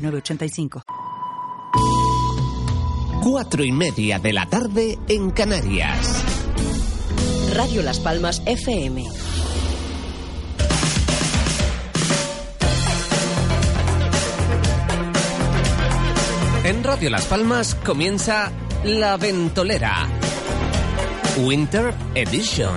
985. Cuatro y media de la tarde en Canarias. Radio Las Palmas FM. En Radio Las Palmas comienza La Ventolera. Winter Edition.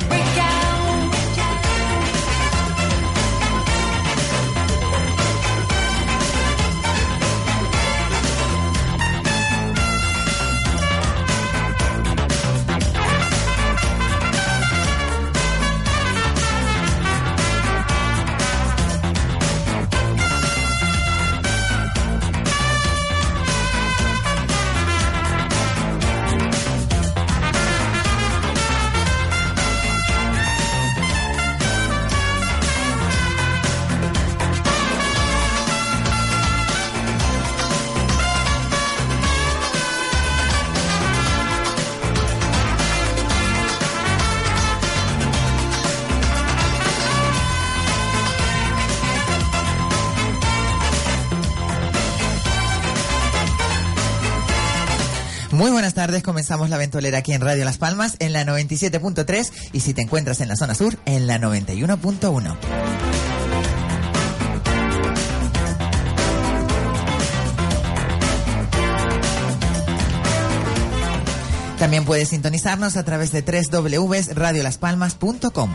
tardes comenzamos la ventolera aquí en Radio Las Palmas en la 97.3 y si te encuentras en la zona sur en la 91.1. También puedes sintonizarnos a través de www.radiolaspalmas.com.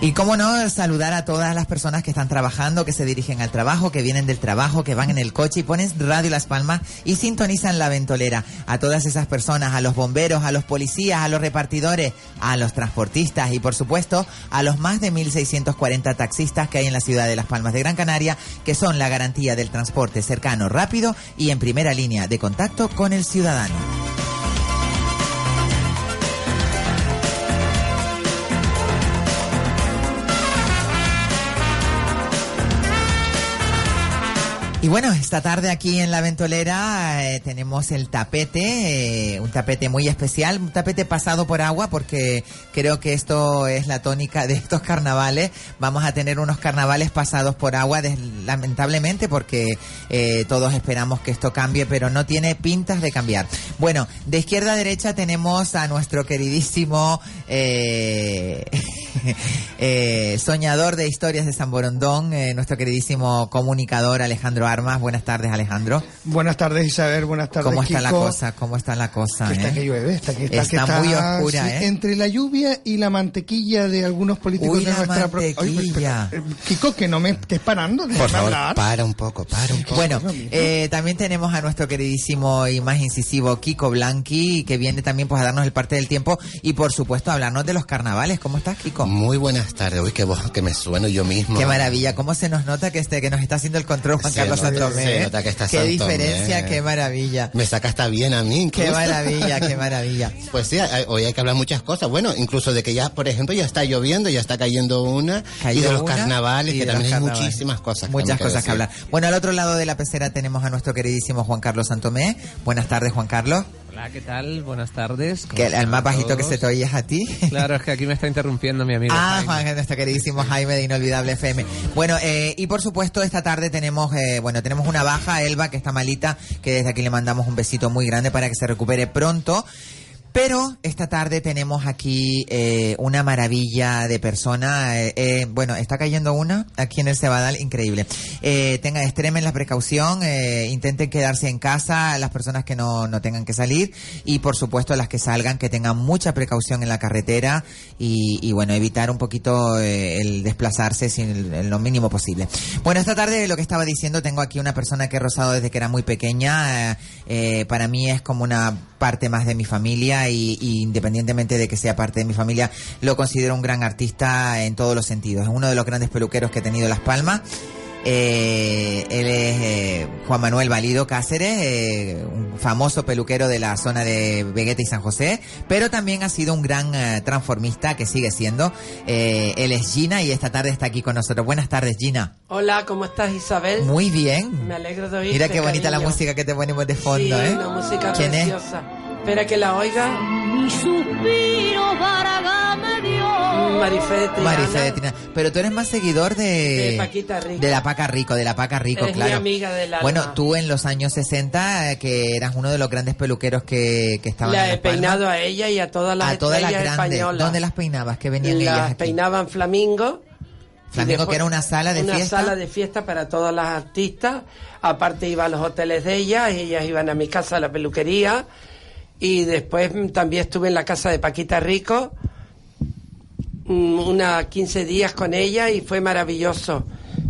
Y cómo no saludar a todas las personas que están trabajando, que se dirigen al trabajo, que vienen del trabajo, que van en el coche y ponen Radio Las Palmas y sintonizan la ventolera. A todas esas personas, a los bomberos, a los policías, a los repartidores, a los transportistas y por supuesto a los más de 1.640 taxistas que hay en la ciudad de Las Palmas de Gran Canaria, que son la garantía del transporte cercano, rápido y en primera línea de contacto con el ciudadano. Y bueno, esta tarde aquí en la ventolera eh, tenemos el tapete, eh, un tapete muy especial, un tapete pasado por agua porque creo que esto es la tónica de estos carnavales. Vamos a tener unos carnavales pasados por agua, lamentablemente, porque eh, todos esperamos que esto cambie, pero no tiene pintas de cambiar. Bueno, de izquierda a derecha tenemos a nuestro queridísimo eh, soñador de historias de San Borondón, eh, nuestro queridísimo comunicador Alejandro Armas. Buenas tardes, Alejandro. Buenas tardes, Isabel. Buenas tardes, ¿Cómo está Kiko? la cosa? ¿Cómo está la cosa? Que está eh? que llueve, está que está, está, que está muy oscura, sí, ¿eh? Entre la lluvia y la mantequilla de algunos políticos Uy, de la nuestra pro- mantequilla. pero, eh, Kiko, que no me estés parando, Por déjame favor, hablar. para un poco, para un poco. Bueno, Dios mío. eh, también tenemos a nuestro queridísimo y más incisivo Kiko Blanqui, que viene también pues a darnos el parte del tiempo y por supuesto a hablarnos de los carnavales. ¿Cómo estás, Kiko? Muy buenas tardes. Uy, que voz que me sueno yo mismo. Qué maravilla, cómo se nos nota que este que nos está haciendo el control Juan Se Carlos nota- Santomé. se ¿eh? nota que está qué Santomé. diferencia, qué maravilla. Me saca hasta bien a mí. Qué incluso. maravilla, qué maravilla. Pues sí, hay- hoy hay que hablar muchas cosas. Bueno, incluso de que ya, por ejemplo, ya está lloviendo, ya está cayendo una. Cayó y de los una, carnavales, y que de también los hay carnavales. muchísimas cosas. Muchas también cosas que decir. hablar. Bueno, al otro lado de la pecera tenemos a nuestro queridísimo Juan Carlos Santomé. Buenas tardes, Juan Carlos. Hola, ¿qué tal? Buenas tardes. ¿Cómo Que el- el están más bajito que todos? se te oye es a ti. Claro, es que aquí me está interrumpiendo mi amigo. Ah, Jaime. Juan, nuestro queridísimo Jaime de Inolvidable FM. Bueno, eh, y por supuesto esta tarde tenemos, eh, bueno, tenemos una baja, Elba, que está malita, que desde aquí le mandamos un besito muy grande para que se recupere pronto. Pero esta tarde tenemos aquí eh, una maravilla de persona. eh, eh, bueno, está cayendo una aquí en el Cebadal, increíble. Eh, tenga, extremen la precaución, eh, intenten quedarse en casa las personas que no, no tengan que salir y por supuesto las que salgan que tengan mucha precaución en la carretera y, y, bueno, evitar un poquito eh, el desplazarse sin el- en lo mínimo posible. Bueno, esta tarde lo que estaba diciendo, tengo aquí una persona que he rozado desde que era muy pequeña. eh, eh, para mí es como una parte más de mi familia y, y independientemente de que sea parte de mi familia, lo considero un gran artista en todos los sentidos. Es uno de los grandes peluqueros que he tenido en Las Palmas. Eh, él es eh, Juan Manuel Valido Cáceres, eh, un famoso peluquero de la zona de Vegeta y San José, pero también ha sido un gran eh, transformista que sigue siendo. Eh, él es Gina y esta tarde está aquí con nosotros. Buenas tardes, Gina. Hola, ¿cómo estás Isabel? Muy bien. Me alegro de oírte. Mira qué bonita la cariño. música que te ponemos de Sí, fondo, ¿eh? una música ¿Quién es? preciosa. Espera que la oiga Mi suspiro Braga me dio. Marife de Triana. Marisa de Tina. Pero tú eres más seguidor de... De Paquita Rico. De la Paca Rico, de la Paca Rico, Eres mi claro. amiga del alma. Bueno, tú en los años 60, eh, que eras uno de los grandes peluqueros que, que estaban en La he Las Palmas. peinado a ella y a todas las a todas las estrellas grandes. españolas. ¿Dónde las peinabas? Que venían ellas Las aquí? peinaban Flamingo. y Flamingo, que era una sala de fiesta. Una sala de fiesta para todas las artistas. Aparte iba a los hoteles de ellas, ellas iban a mi casa a la peluquería. Y después mm, también estuve en la casa de Paquita Rico, mm, unas 15 días con ella y fue maravilloso.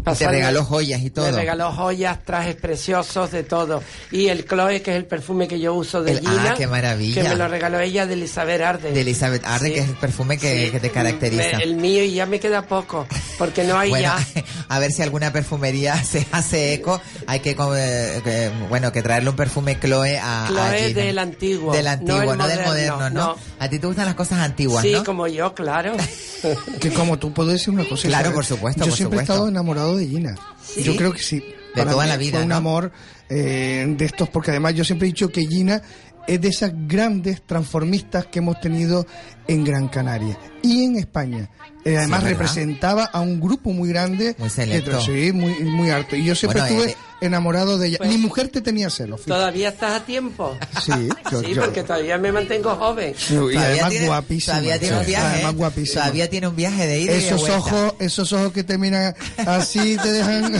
Pasar- regaló joyas y todo. Me regaló joyas, trajes preciosos, de todo. Y el Chloe, que es el perfume que yo uso de El- ah, Gina. qué maravilla. Que me lo regaló ella de Elizabeth Arden. De Elizabeth Arden, que es el perfume que- que te caracteriza. Me- el mío y ya me queda poco, porque no hay Bueno, ya. a ver si alguna perfumería se hace eco. Hay que, co- eh, que, bueno, que traerle un perfume Chloe a. a Chloe Ah, Gina. del antiguo, Del no antiguo, no, el del moderno, moderno, ¿no? no. A ti te gustan las cosas antiguas, sí, ¿no? como yo, claro. Que como tú puedes decir una cosa. Claro, Isabel, por supuesto, Yo por siempre supuesto. he estado enamorado de Gina. Yo creo que sí. De toda mí la vida, Fue un ¿no? amor eh, de estos, porque además yo siempre he dicho que Gina es de esas grandes transformistas que hemos tenido en Gran Canaria y en España. Eh, además ¿verdad? representaba a un grupo muy grande. Muy selecto. que- Sí, muy, muy alto. Y yo siempre Bueno, estuve eh, enamorado de ella. Pues- Mi mujer te tenía celos. fíjate. Todavía estás a tiempo. Sí, yo- sí, yo- porque todavía me mantengo joven. Y Todavía además tiene- guapísima. Todavía tiene un sí, viaje. ¿eh? Además guapísima. Todavía tiene un viaje de ida y de Esos vuelta. ojos, esos ojos que te miran así te dejan. te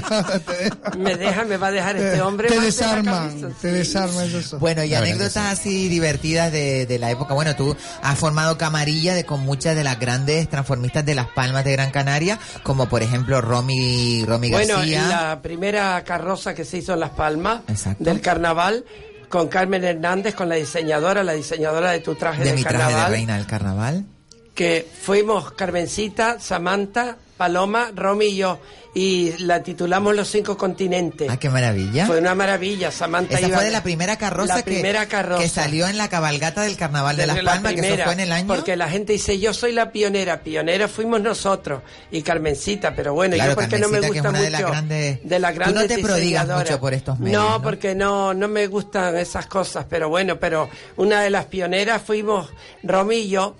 dejan- Me deja, me va a dejar este hombre. Eh, Te más de la desarman, cabeza, te sí. desarman esos ojos. Bueno, y La verdad anécdotas que así divertidas de, de la época. Bueno, tú has formado camarilla de con muchas de las grandes transformistas de las Palmas de Gran Canaria, como por ejemplo Romy, Romy Bueno, y García. la primera carroza que se hizo en Las Palmas Exacto. del carnaval con Carmen Hernández, con la diseñadora, la diseñadora de tu traje de de mi traje de carnaval, reina del carnaval. que fuimos Carmencita, Samantha, Paloma, Romy y yo, y la titulamos Los Cinco Continentes. Ah, qué maravilla. Fue una maravilla, Samantha. Esa iba- fue de la primera carroza, La primera que, carroza. que salió en la cabalgata del carnaval de, Las Desde la Palmas, que eso primera, fue en el año. Porque la gente dice, yo soy la pionera. Pionera fuimos nosotros y Carmencita, pero bueno, Claro, yo porque no me Carmencita, que es gusta una mucho. de las grandes- de las Tú grandes no te prodigas diseñadoras. mucho por estos medios, No, pues- ¿no? porque no, no me gustan esas cosas, pero bueno, pero una de las pioneras fuimos Romy y yo.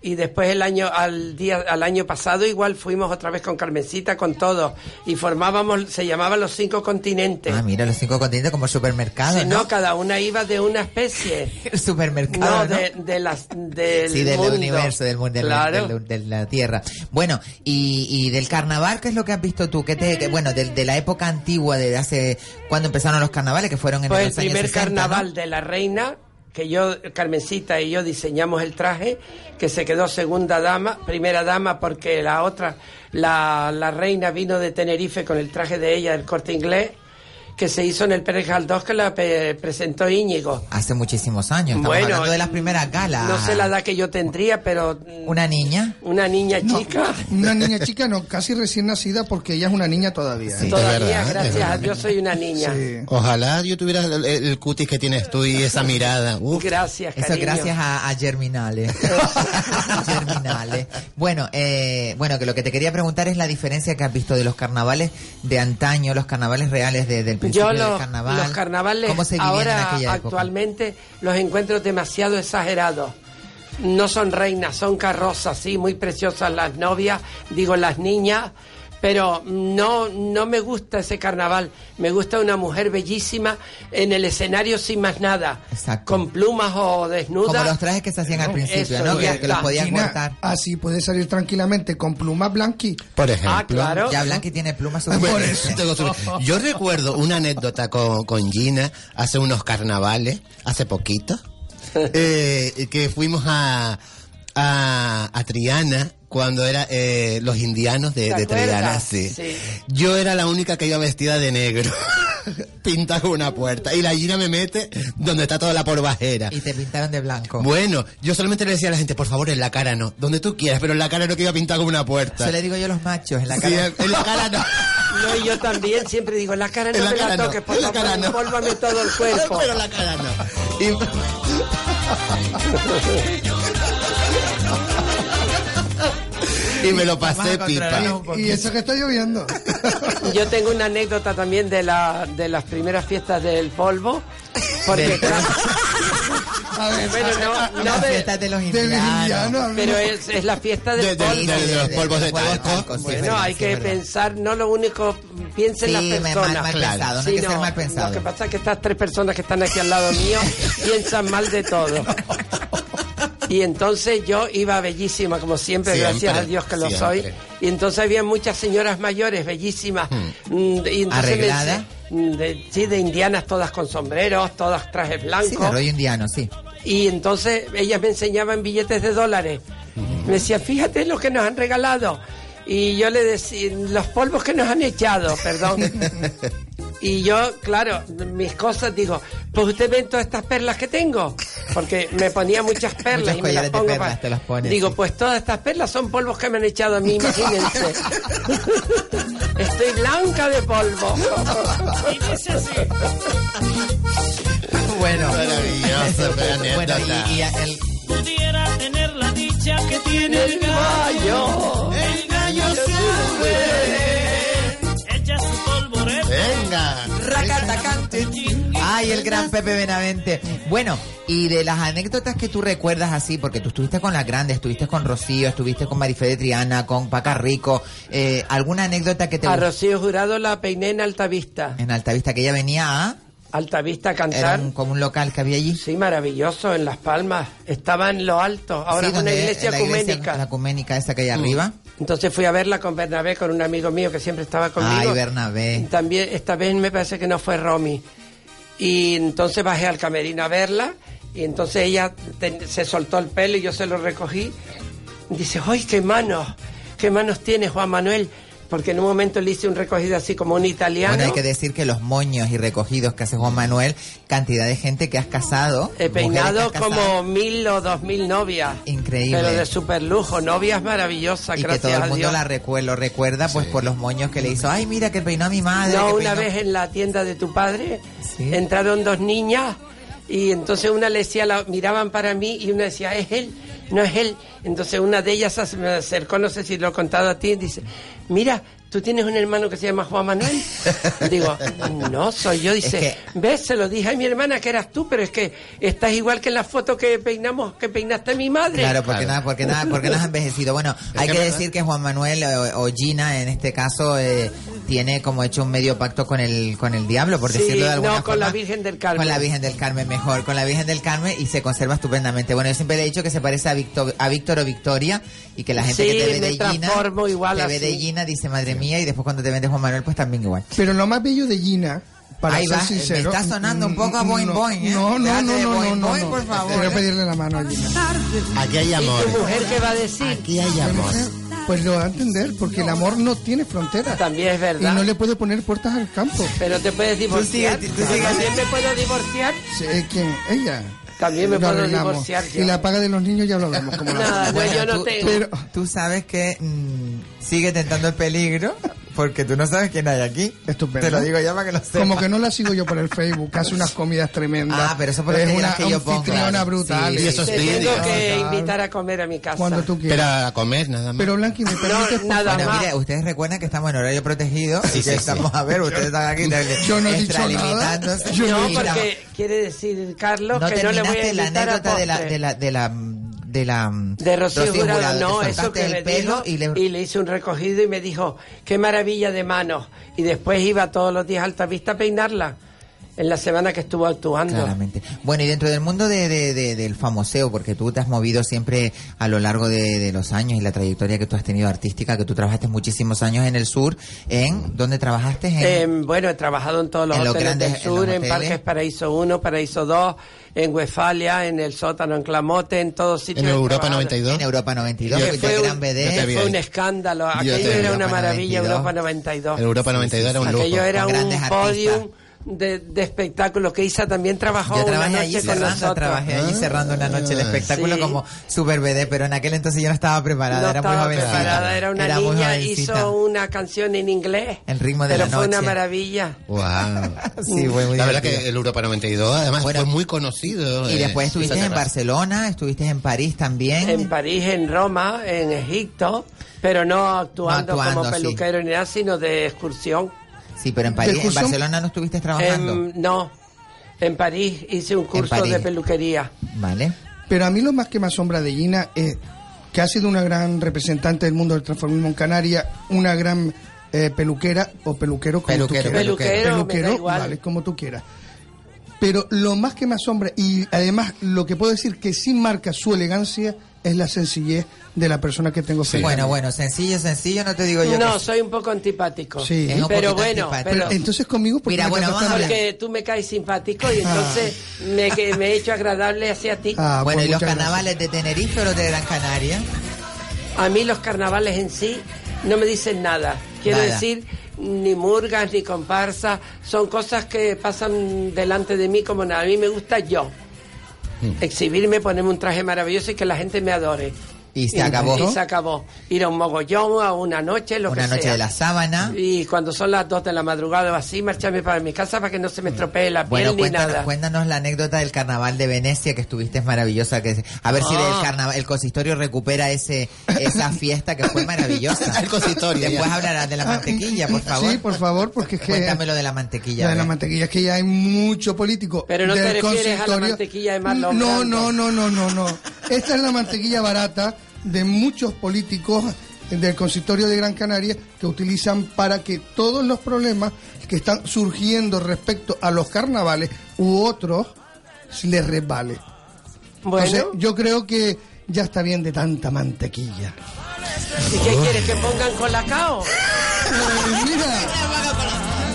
Y después el año al día al año pasado igual fuimos otra vez con Carmencita con todos y formábamos se llamaba los cinco continentes. Ah, mira, los cinco continentes como supermercado, Si no, ¿no? cada una iba de una especie. El supermercado, ¿no? No, de, de las, del sí, del mundo. universo, del mundo, del- Claro. del- de la tierra. Bueno, y, y del carnaval, ¿qué es lo que has visto tú? ¿Qué te, que- bueno, del- de, la época antigua, de hace cuando empezaron los carnavales, que fueron en Fue Pues el los años primer 60, ¿no? carnaval de la reina, que yo, Carmencita y yo diseñamos el traje, que se quedó segunda dama, primera dama, porque la otra, la, la reina vino de Tenerife con el traje de ella, del corte inglés, que se hizo en el Pérez Galdós, que la pe- presentó Íñigo. Hace muchísimos años, estamos hablando de las primeras galas. No sé la edad que yo tendría, pero mm, Una niña. una niña No, chica. Una niña chica, no, casi recién nacida, porque ella es una niña todavía. ¿eh? Sí. Todavía, es verdad, es gracias a verdad. Dios, soy una niña. Sí. Ojalá yo tuviera el, el cutis que tienes tú y esa mirada. Uf. Gracias, Eso cariño. gracias a, a Germinale. Germinale. Bueno, eh, bueno, que lo que te quería preguntar es la diferencia que has visto de los carnavales de antaño, los carnavales reales de- del principio Yo del los, carnaval. los carnavales ¿Cómo se vivían en ahora aquella época? actualmente los encuentro demasiado exagerados. No son reinas, son carrozas, sí, muy preciosas las novias, digo las niñas, pero no, no me gusta ese carnaval. Me gusta una mujer bellísima en el escenario sin más nada, Exacto. con plumas o desnuda. Como los trajes que se hacían al principio, eso ¿no? es Que, que los verdad. podías Gina, cortar. así puede salir tranquilamente con plumas blanqui. Por ejemplo. Ah, claro. Ya Blanqui tiene plumas Bueno, suficientes. eso tengo su- Yo recuerdo una anécdota con, con Gina hace unos carnavales, hace poquito, eh, que fuimos a, a, a Triana cuando era eh, los indianos de, ¿Te de Triana. acuerdas? Sí. Sí. Yo era la única que iba vestida de negro. pintas una puerta. Y la Gina me mete donde está toda la porvajera. Y te pintaron de blanco. Bueno, yo solamente le decía a la gente, por favor, en la cara no, donde tú quieras, pero en la cara no que iba a pintar como una puerta. Eso le digo yo a los machos, en la Sí, cara. en la cara no. No, y yo también siempre digo, en la cara no En la me cara la no, toques, por en la favor, cara no. embólvame todo el cuerpo. Pero en la cara no. Y- Y, me lo Vamos pasé a pipa. controlarlo un poquito. Y eso que está lloviendo. Yo tengo una anécdota también de, la, de las primeras fiestas del polvo. Porque, Del- claro, A ver, bueno, no, no Las de- fiestas de los de los indianos. indianos, a mí pero no- es, es la fiesta De, del de- polvo. de- de los polvos de Polvos de talco. talco, sí, es Bueno, verdad, hay sí, que es verdad. pensar, no lo único, piensen Sí, las me- mal- personas. mal claro. pensado, no Sí, hay que ser no, mal pensado. Lo que pasa es que estas tres personas que están aquí al lado mío piensan mal de todo. Y entonces yo iba bellísima, como siempre, Siempre, gracias a Dios que lo siempre. soy. Y entonces había muchas señoras mayores, bellísimas. Mm, y entonces me ¿Arregladas? dice, mm, de- sí, de indianas, todas con sombreros, todas trajes blancos. Sí, de rollo indiano, sí. Y entonces ellas me enseñaban billetes de dólares. Me decía, fíjate lo que nos han regalado. Y yo le decía, los polvos que nos han echado, perdón. y yo, claro, mis cosas digo, pues usted ven todas estas perlas que tengo. Porque me ponía muchas perlas Muchos y me las collares de pongo perlas pa- te los pones, Digo, sí. pues todas estas perlas son polvos que me han echado a mí, imagínense. Estoy blanca de polvo. Bueno. Maravilloso, qué anécdota. bueno, y, y el- el gallo. Venga. Ay, el gran Pepe Benavente. Bueno, y de las anécdotas que tú recuerdas así, porque tú estuviste con las grandes, estuviste con Rocío, estuviste con Marife de Triana, con Paca Rico, eh, ¿alguna anécdota que te A gustó Rocío Jurado la peiné en Altavista. en Altavista que ella venía a... Altavista a Era cantar. un- como un local que había allí. Sí, maravilloso, en Las Palmas. Estaba en lo alto, ahora Sí, es una donde- iglesia en la ecuménica. Mm. La ecuménica esa que hay arriba. Entonces fui a verla con Bernabé, con un amigo mío que siempre estaba conmigo. Ay, Bernabé. También, esta vez me parece que no fue Romy. Y entonces bajé al camerino a verla y entonces ella te- se soltó el pelo y yo se lo recogí. Dice, ¡ay, qué manos! ¿Qué manos tienes, Juan Manuel? Porque en un momento le hice un recogido así como un italiano. Bueno, hay que decir que los moños y recogidos que hace Juan Manuel, cantidad de gente que has casado. He eh, peinado mujeres que has casado, como mil o dos mil novias. Increíble. Pero de super lujo, novias maravillosas, Y que gracias todo el a mundo Dios. la recue- lo recuerda pues por los moños que le hizo. Ay, mira que peinó a mi madre. que No, una peinó- vez en la tienda de tu padre Ah, Sí. entraron dos niñas y entonces una le decía, la, miraban para mí y una decía, es él, no es él. Entonces una de ellas se me acercó, no sé si lo he contado a ti, y dice, mira, tú tienes un hermano que se llama Juan Manuel. Digo, no, soy yo. Dice, Es que- ves, se lo dije a mi hermana que eras tú, pero es que estás igual que en la foto que peinamos, que peinaste a mi madre. Claro, porque nada, porque nada, porque nada has envejecido. Bueno, hay que que verdad. decir que Juan Manuel eh, o, o Gina en este caso eh, tiene como hecho un medio pacto con el con el diablo, por Sí, decirlo de alguna no, con la forma. Virgen del Carmen. Con la Virgen del Carmen mejor, con la Virgen del Carmen y se conserva estupendamente. Bueno, yo siempre le he dicho que se parece a Víctor a Víctor o Victoria y que la gente Sí, que te ve me de Gina transformo igual te ve así. de Gina dice, "Madre mía", y después cuando te vendes Juan Manuel pues también igual. Pero lo más bello de Gina, para Ahí ser va, eh, me sincero. está sonando un poco a mm, Boing no, Boing, ¿eh? No, no, Déjate no, de no, Boing no, no, Boing, no. por favor, Quiero ¿eh? pedirle la mano a Gina. Aquí hay ¿Y amor. tu mujer qué va a decir? Aquí hay amor. Pues lo va a entender, porque el amor no tiene fronteras. También es Y verdad. no le puede poner puertas al campo. Pero te puedes divorciar. sigue, tú sigue. También me puedo divorciar. Sí, ¿Quién? Ella. También me Lo puedo arreglamos. divorciar yo. Y la paga de los niños ya lo hablamos. Como la- Nada, Ah, no, Ah, Bueno, yo no tú- tengo. Pero Tú sabes que mm, sigue tentando el peligro porque tú no sabes quién hay aquí. Estupendo. Te lo digo ya para que lo sepas. como que no la sigo yo por el Facebook, hace unas comidas tremendas. Ah, pero eso por los es videos una que yo pongo, anfitriona claro. brutal. Sí, Ah, Y esos Te vídeos. tengo que Claro. invitar a comer a mi casa. Cuando tú Pero quieras. a comer nada más. Pero Blanqui, ¿me permites? por nada favor? Bueno, Además- mire, ustedes recuerdan que estamos en horario protegido y Sí, que sí, estamos a ver, ustedes están aquí de- Yo no he dicho nada. extralimitándose. Yo no, Y porque quiere decir, Carlos, no, no que no le voy a terminaste la invitar anécdota a de la postre. de la de la de la mm, De Rocío Jurado, no, te eso soltaste que el me pelo dijo y le, hice un recogido y me dijo, qué maravilla de manos. Y después iba todos los días a Altavista a peinarla, en la semana que estuvo actuando. Claramente. Bueno, y dentro del mundo de, de- de- del famoseo, porque tú te has movido siempre a lo largo de, de los años y la trayectoria que tú has tenido artística, que tú trabajaste muchísimos años en el sur, ¿en dónde trabajaste? En, Eh, bueno, he trabajado en todos los En los hoteles grandes- del en los sur, en, hoteles. Parques Paraíso 1, Paraíso 2, en Westfalia, en el sótano, en Clamote, en todos sitios. en he Europa trabajado. 92. en Europa 92, Yo- que Que ya fue, gran un, BD. yo te vi fue ahí. un escándalo. Yo te Aquello vi, era una Europa maravilla, 92. Europa 92. El Europa 92 era un lujo. Aquello era Con un grandes artistas. podium de, de espectáculos que Isa también trabajó Yo una trabajé noche allí con cerrando, nosotros. trabajé allí cerrando una noche Ah, el espectáculo Sí. como super BD, pero en aquel entonces yo no estaba preparada, No era muy estaba jovencita. preparada, era una muy niña, jovencita. hizo una canción en inglés. El ritmo de pero la fue una noche. maravilla. Wow. Sí, fue muy la verdad divertido. que el Europa 92 además Bueno, fue muy conocido. Y eh, después estuviste esa en terraza. Barcelona, estuviste en París también. En París, en Roma, en Egipto, pero no actuando, No actuando, como sí. peluquero ni nada, sino de excursión. sí, pero en París, en Percusión. Barcelona no estuviste trabajando. Em, no, en París hice un curso París. de peluquería. Vale. Pero a mí lo más que me asombra de Gina es que ha sido una gran representante del mundo del transformismo en Canarias, una gran eh, peluquera o peluquero como Peluquero, tú quieras. peluquero. Peluquero, me da igual. vale, como tú quieras. Pero lo más que me asombra, y además lo que puedo decir que sí marca su elegancia, es la sencillez de la persona que tengo frente. a Bueno, mí. bueno, sencillo, sencillo, no te digo yo. No, que- soy un poco antipático. Sí. Es un pero poquito bueno, antipático. pero, Pero entonces conmigo, ¿por qué Mira, Pues me bueno, tratas vamos a tan hablar. bien? porque tú me caes simpático y entonces me, que me he hecho agradable hacia ti. Ah, bueno, pues ¿y los muchas gracias. carnavales de Tenerife o los de Gran Canaria? A mí los carnavales en sí no me dicen nada. Quiero Nada. decir, ni murgas, ni comparsas, son cosas que pasan delante de mí como nada. A mí me gusta yo. Hmm. Exhibirme, ponerme un traje maravilloso y que la gente me adore. Y se acabó. Y se acabó. Ir a un mogollón, a una noche, lo Una que noche sea. de la sábana. Y cuando son las 2 de la madrugada o así, marcharme para mi casa para que no se me estropee la piel Bueno, ni cuéntanos, nada. cuéntanos la anécdota del carnaval de Venecia que estuviste es maravillosa. Que, a ver si Ah. el, carnaval, el consistorio recupera ese esa fiesta que fue maravillosa. El consistorio, Después ya. hablarás de la mantequilla, por favor. Sí, por favor, porque es que... Cuéntame lo de la mantequilla. La de la a ver. mantequilla, es que ya hay mucho político. Pero no te del refieres a la consistorio. mantequilla de Marlon No, Brando. no, no, no, no, no. Esta es la mantequilla barata de muchos políticos del consistorio de Gran Canaria que utilizan para que todos los problemas que están surgiendo respecto a los carnavales u otros les resbale. Entonces, Bueno, yo creo que ya está bien de tanta mantequilla. ¿y qué quieres? ¿Que pongan colacao? Eh, mira.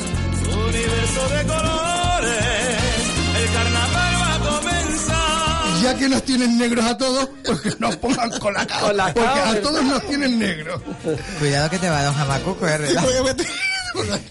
Ya que nos tienen negros a todos, porque nos pongan colacao. Colacao, Porque a ¿verdad? todos nos tienen negros. Cuidado que te va a dar jamacuco, ¿eh?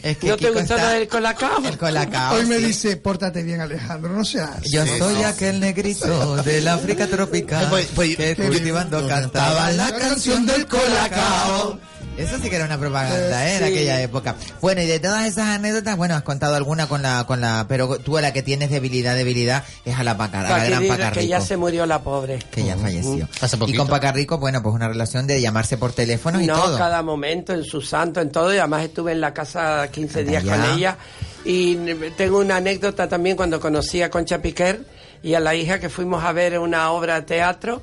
Es que ¿No te Kiko gustó está- lo del colacao? el colacao, Hoy me Ah, sí. dice, pórtate bien Alejandro, no seas... Yo soy aquel negrito del África tropical Eh, pues, pues, que pues, cultivando no, cantaba no, la no, canción del colacao. colacao. Eso sí que era una propaganda, ¿eh? En sí. aquella época. Bueno, y de todas esas anécdotas, bueno, has contado alguna con la, con la, pero tú a la que tienes debilidad, debilidad, es a la Paca, a Para la que gran diga Pacarrico. que ya se murió la pobre. que ya falleció. Hace y poquito. con Pacarrico, bueno, pues una relación de llamarse por teléfono y no, todo. cada momento, en su santo, en todo. Y además estuve en la casa 15 Anda días ya. con ella. Y tengo una anécdota también cuando conocí a Concha Piquer y a la hija que fuimos a ver una obra de teatro.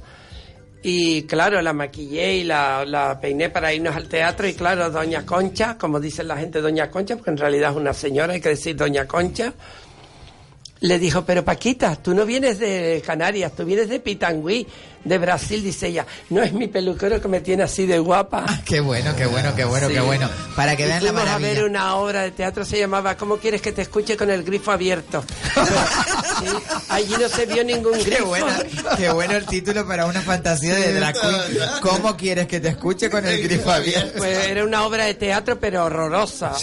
Y claro, la maquillé y la, la peiné para irnos al teatro. Y claro, Doña Concha, como dice la gente, Doña Concha, porque en realidad es una señora, hay que decir Doña Concha. Le dijo, pero Paquita, tú no vienes de Canarias, tú vienes de Pitangüí, de Brasil, dice ella. No es mi peluquero que me tiene así de guapa. Qué bueno, qué bueno, qué bueno, Sí. qué bueno. Para que Y vean la fuimos maravilla. a ver una obra de teatro, se llamaba ¿Cómo quieres que te escuche con el grifo abierto? Sí, allí no se vio ningún grifo. Qué, buena, qué bueno el título para una fantasía de drag queen. ¿Cómo quieres que te escuche con el grifo abierto? Pues era una obra de teatro, pero horrorosa,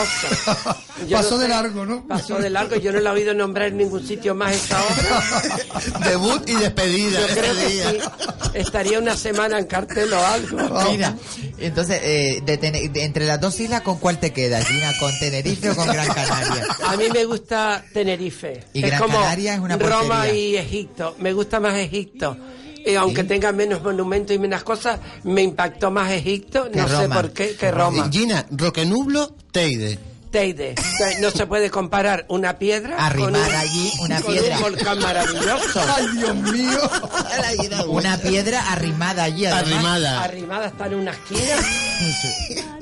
horrorosa. Pasó no de sé- largo, ¿no? Pasó de largo, yo no la he oído nombrar en ningún sitio más esa obra. Debut y despedida. Yo creo ese que día. sí, estaría una semana en cartel o algo. Oh. Mira, entonces, eh, de Tene- de- entre las dos islas, ¿con cuál te quedas, Gina? ¿Con Tenerife o con Gran Canaria? A mí me gusta Tenerife. Y es Gran como Canaria es una Roma porquería. y Egipto. Me gusta más Egipto. Y aunque tenga menos monumentos y menos cosas, me impactó más Egipto, Que no sé Roma. por qué, que Roma. Gina, Roquenublo, Teide. Teide. Te- No se puede comparar una piedra con Arrimar un, allí una con piedra. un volcán maravilloso. ¡Ay, Dios mío! Una piedra arrimada allí, además. Arrimada. Arrimada está en una esquina.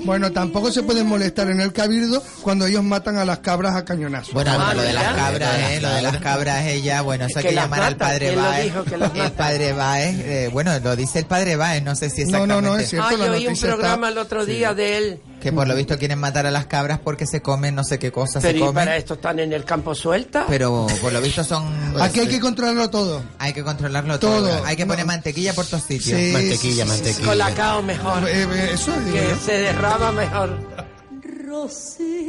Bueno, tampoco se pueden molestar en el cabildo cuando ellos matan a las cabras a cañonazos. Bueno, Ah, bueno, lo de las mira. cabras, eh, lo de las cabras, ella, bueno, eso hay Que que las llamar al mata, padre ¿quién lo Baez. dijo que las El mata? padre Baez, eh, bueno, lo dice el padre Baez, no sé si No, exactamente. no, no, es cierto, Ay, la oí un noticia programa el está... otro día de él. Que por lo visto quieren matar a las cabras porque se comen no sé qué cosas se Pero ¿y comen. para esto están en el campo suelta? Pero por lo visto son... Aquí hay que controlarlo todo. Hay que controlarlo todo. Todo. Hay que poner No. mantequilla por todos sitios. Sí, Mantequilla, sí, sí, sí. mantequilla. Colacao mejor. Eh, eh, Eso es, digo Que yo. se derrama mejor.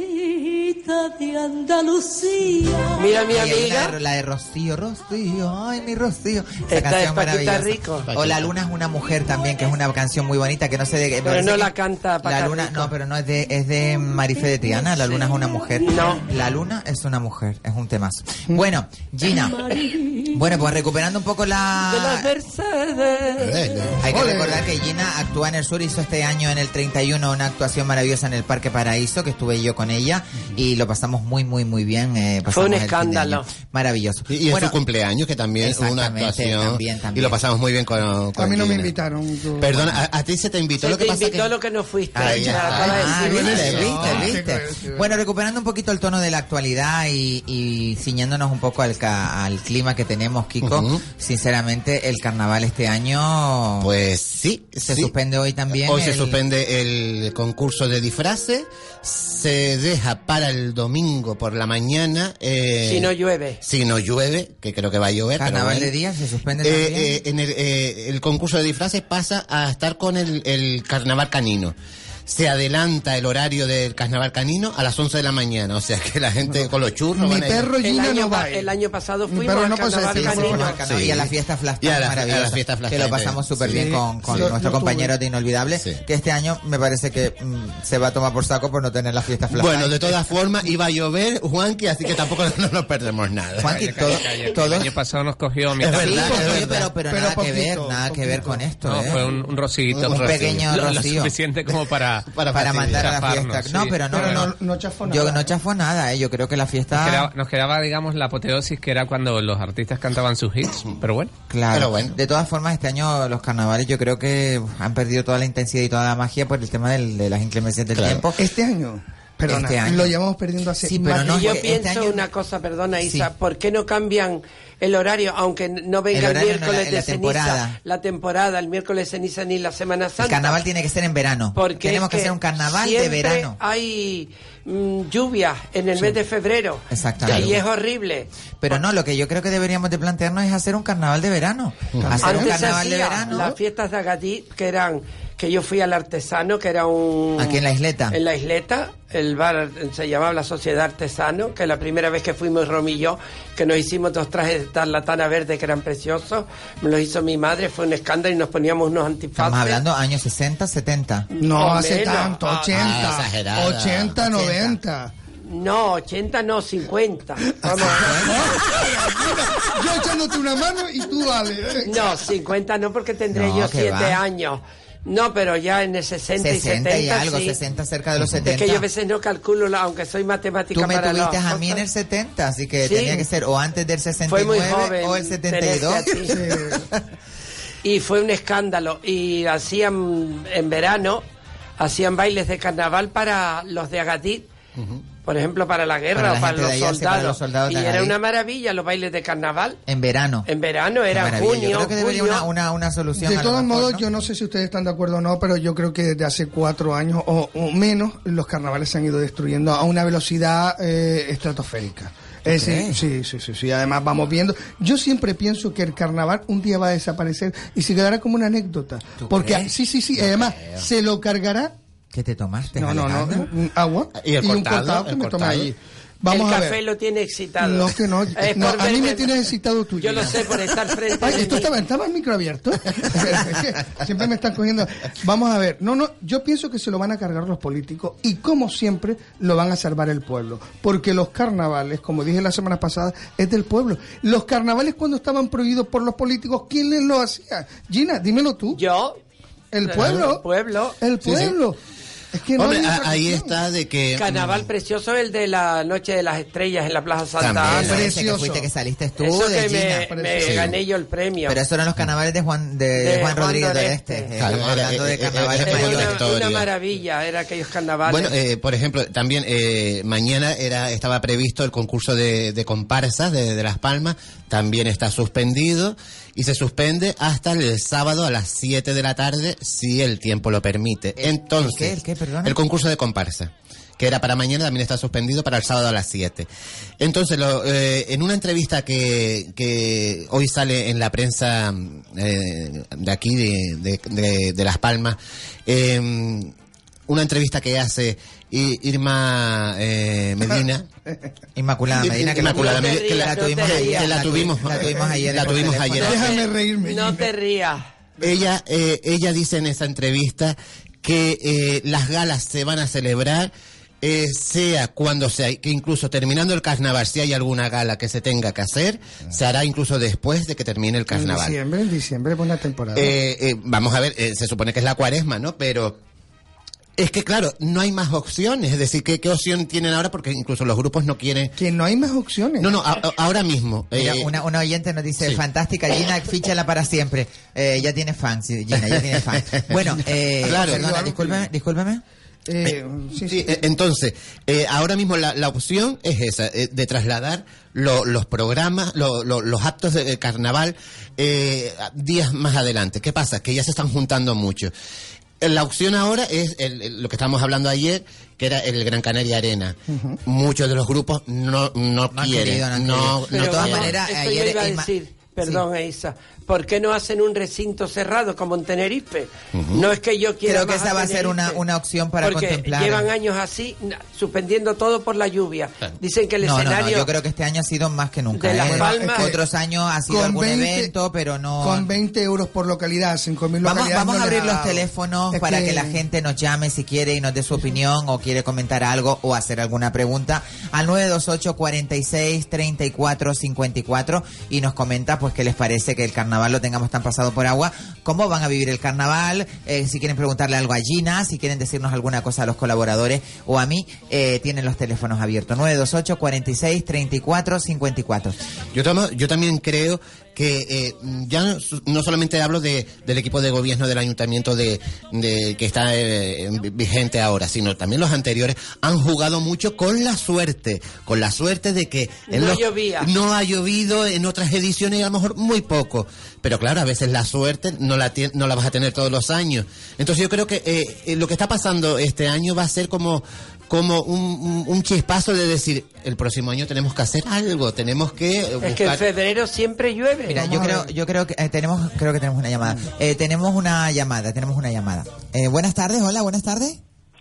Rosita de Andalucía. Mira mi Y hay una- amiga. la de Rocío, Rocío, ay, mi Rocío. Esa Esta es canción Paquita maravillosa. Rico. O La Luna es una mujer también, que es una canción muy bonita, que no sé de qué. parece no que- la canta Paquita La Luna, Rico. no, pero no es de, es de Marife de Triana. La Luna es una mujer. No. La Luna es una mujer, es un temazo. Bueno, Gina. Ah. Bueno, pues recuperando un poco De las la. Mercedes. Hay que Ole. recordar que Gina actúa en el sur, hizo este año en el 31 una actuación maravillosa en el Parque Paraíso, que estuve yo con ella, y lo pasamos muy, muy, muy bien. eh, Fue pasamos un el fin de escándalo. año. Maravilloso. Y, y en Bueno, su cumpleaños, que también es una Exactamente, actuación. también, Y también. lo pasamos muy bien con. con A mí no me Gina. invitaron. Este yo- Perdona, a, a ti se te invitó. Se lo que te pasa invitó que... lo que no fuiste. Ahí Me está. acaba de Ah, decir, viste, ¿verdad? viste, Sí, viste. claro, sí, Bueno, recuperando un poquito el tono de la actualidad y, y ciñándonos un poco al, ca- al clima que tenemos, Kiko, Ujú. sinceramente el carnaval este año Pues sí, se sí. suspende hoy también. Hoy se el- suspende el concurso de disfraces, se deja para el domingo por la mañana. eh, Si no llueve. Si no llueve, que creo que va a llover. pero Carnaval bueno. de día se suspende Eh, también. eh, en el, eh, el concurso de disfraces pasa a estar con el, el carnaval canino. Se adelanta el horario del carnaval canino a las 11 de la mañana. O sea que la gente con los churros. Mi van a ir. perro El Gina año, no pa- va. el año pasado Mi fuimos perro al no pasa carnaval de Sí, se fueron canino. al carnaval Sí. Y a la fiesta flash Y a la- maravillosa, a la fiesta flash que lo time, pasamos súper eh. sí. bien con, con Sí. Yo- nuestro yo compañero tuve. de Inolvidable, Sí. que este año me parece que mm, se va a tomar por saco por no tener la fiesta flash Bueno, time. de todas formas, iba a llover, Juanqui, así que tampoco no nos perdemos nada. Juanqui, Calla, calla, todo- calla, que todo- El año pasado nos cogió a Sí, Es mitad. verdad, pues, es oye, verdad. pero, pero, Pero nada que ver, poquito, nada que ver poquito. con esto, No, ¿eh. fue un, un rocito. Un pequeño Lo- lo, rocío. suficiente como para... Para para fastidiar. mandar a la Chafarnos, fiesta. sí. No, pero no, Pero no, no- no chafó Yo nada. no chafó nada, eh. Yo creo que la fiesta. Nos quedaba, nos quedaba, digamos, la apoteosis que era cuando los artistas cantaban sus hits, pero bueno. Claro. Pero bueno. De todas formas, este año los carnavales yo creo que han perdido toda la intensidad y toda la magia por el tema del- de las inclemencias del Claro. tiempo. Este año. Perdona, Este año. lo llevamos perdiendo hace Sí, pero más no, de- yo es que este pienso año- una cosa, perdona Sí. Isa, ¿por qué no cambian el horario, aunque no venga el, horario no, la- miércoles de la temporada. ceniza, la temporada, el miércoles de ceniza ni la Semana Santa? El carnaval tiene que ser en verano. Porque Tenemos es que hacer un carnaval de siempre verano. Hay mm, lluvias en el mes de febrero. Exactamente. Y es horrible. Pero no, lo que yo creo que deberíamos de plantearnos es hacer un carnaval de verano. Hacer un Antes se carnaval de hacía verano. las fiestas de Agadí, que eran que yo fui al artesano, que era un Aquí en la isleta. en la isleta, el bar se llamaba la Sociedad Artesano, que la primera vez que fuimos Romy y yo, que nos hicimos dos trajes de tarlatana verde que eran preciosos, me los hizo mi madre, fue un escándalo y nos poníamos unos antifaces. Estamos hablando años 60, 70. No, o hace menos. tanto, Ah, 80, ah, exagerada. 80, 90. No, 80 no, 50. Vamos. Yo echándote una mano y tú dale. No, 50 no porque tendré No, yo que 7 va. años. No, pero ya en el 60, 60 y 70 y algo, sí. 60 cerca de los 70. Es que yo a veces no calculo, la- aunque soy matemática Tú me para tuviste las a mí en el cosas. 70, así que Sí. tenía que ser o antes del Fue 69 muy joven. o el tenerte 72. a ti. Y fue un escándalo. Y hacían en verano, hacían bailes de carnaval para los de Agatit. Por ejemplo, para la Para guerra la o para gente de los, allá, sí, soldados. para los soldados Y de era Agadir. una maravilla los bailes de carnaval. En verano. En verano Qué era maravilla. junio. Yo creo que debería julio. una, una, una solución. De a lo todos mejor, modos, ¿no? yo no sé si ustedes están de acuerdo o no, pero yo creo que desde hace cuatro años o, o menos los carnavales se han ido destruyendo a una velocidad eh, estratosférica. Eh, sí, crees? sí, sí, sí, sí. Además vamos viendo. Yo siempre pienso que el carnaval un día va a desaparecer y se quedará como una anécdota. ¿Tú Porque crees? sí, sí, sí. Además se lo cargará. ¿Qué te tomaste? No, no, no. Alejandro? un- Agua Y el un cortado, cortado que el me tomé cortado. allí. el Vamos a café ver. lo tiene excitado. No, que no. Es No, por a mí verme- me tienes excitado tú, Yo lo Gina. sé por estar frente Ay, de ¿Esto mí. estaba, estaba el micro abierto? siempre me están cogiendo. Vamos a ver. No, no, yo pienso que se lo van a cargar los políticos y, como siempre, lo van a salvar el pueblo. Porque los carnavales, como dije la semana pasada, es del pueblo. Los carnavales, cuando estaban prohibidos por los políticos, ¿quién les lo hacía? Gina, dímelo tú. Yo, ¿El pueblo? El pueblo. El Sí, sí. pueblo. Es que no Hombre, hay a- otra ahí cuestión. está de que. mm, carnaval Mm. precioso, el de la Noche de las Estrellas en la Plaza Santa También. Ese Ana. Hombre, que Precioso. fuiste que saliste tú Eso de que Gina. me- me, Sí. gané yo el premio. Pero eso eran los carnavales de Juan, de, De Juan Juan Rodríguez del Este. Doreste. eh, Mm. Claro, Estamos era- hablando de era- carnavales era Era mayor una- mayores. una, historia. maravilla, era aquellos carnavales. Bueno, eh, por ejemplo, también eh, mañana era estaba previsto el concurso de, de comparsas de, de Las Palmas, también está suspendido y se suspende hasta el sábado a las 7 de la tarde, si el tiempo lo permite. Entonces, qué? ¿El qué? Perdona. el concurso de comparsa, que era para mañana, también está suspendido para el sábado a las 7. Entonces, lo, eh, en una entrevista que, que hoy sale en la prensa eh, de aquí, de, de- de- de Las Palmas, eh, una entrevista que hace I- Irma eh, Medina. Inmaculada Medina, que Inmaculada la, tuvimos- Medina, que no la te tuvimos rías, ayer. que la tuvimos, La tuvimos ayer. la en el tuvimos teléfono. ayer. Déjame reírme. No Jimmy. te rías. Ella, eh, ella dice en esa entrevista que eh, las galas se van a celebrar, eh, sea cuando sea, que incluso terminando el carnaval, si hay alguna gala que se tenga que hacer, Ah. se hará incluso después de que termine el En carnaval. diciembre, en diciembre, buena temporada. Eh, eh, vamos a ver, eh, se supone que es la cuaresma, ¿no? Pero es que, claro, no hay más opciones. Es decir, ¿qué, qué opción tienen ahora? Porque incluso los grupos no quieren... que no hay más opciones. No, no, a- a- ahora mismo. Mira, eh, una, una oyente nos dice, fantástica, Gina, fíchala para siempre. Eh, ya tiene fans, Gina, ya tiene fans. Bueno, eh, Claro. perdona, discúlpeme, discúlpeme. Eh, sí, Sí, sí. eh, entonces, eh, ahora mismo la, la opción es esa, eh, de trasladar lo- los programas, lo- lo- los actos de de carnaval eh, a- días más adelante. ¿Qué pasa? Que ya se están juntando mucho. Eh, La opción ahora es el- el- lo que estábamos hablando ayer, que era el Gran Canaria Arena. Muchos de los grupos no, no, Mm. No han quieren. querido, no han no, querido. Pero no de todas quieren. maneras, esto ayer yo iba a Inma- decir, perdón, Isa, ¿por qué no hacen un recinto cerrado como en Tenerife? No es que yo quiera. Creo que más esa va a ser Tenerife, una- una opción para porque contemplar. Llevan años así, na- suspendiendo todo por la lluvia. Ah. Dicen que el No, no, no, escenario. yo creo que este año ha sido más que nunca. De Las ¿eh? Palmas- Otros años ha sido algún 20 evento, pero no... Con 20 euros por localidad, 5.000 Vamos, localidades. vamos no a abrir les los ha dado. teléfonos Es para que... la gente nos llame si quiere y nos dé su opinión o quiere comentar algo o hacer alguna pregunta al 928 46 34 54 y nos comenta pues qué les parece que el carnaval lo tengamos tan pasado por agua, cómo van a vivir el carnaval, eh, si quieren preguntarle algo a Gina, si quieren decirnos alguna cosa a los colaboradores o a mí, eh, tienen los teléfonos abiertos 928 46 34 54. Yo, tamo- yo también creo que eh, ya no, su- no solamente hablo de, del equipo de gobierno del ayuntamiento de, de- que está eh, en- vigente ahora, sino también los anteriores han jugado mucho con la suerte, con la suerte de que en No los- llovía. no ha llovido en otras ediciones y a lo mejor muy poco, pero claro a veces la suerte no la tien- no la vas a tener todos los años. Entonces yo creo que eh, eh, lo que está pasando este año va a ser como como un, un- un chispazo de decir el próximo año tenemos que hacer algo, tenemos que eh, Es que en buscar- febrero siempre llueve. Mira, yo creo, yo creo que eh, tenemos, creo que tenemos una llamada. Mm. Eh, tenemos una llamada, tenemos una llamada. Eh, buenas tardes, hola, buenas tardes.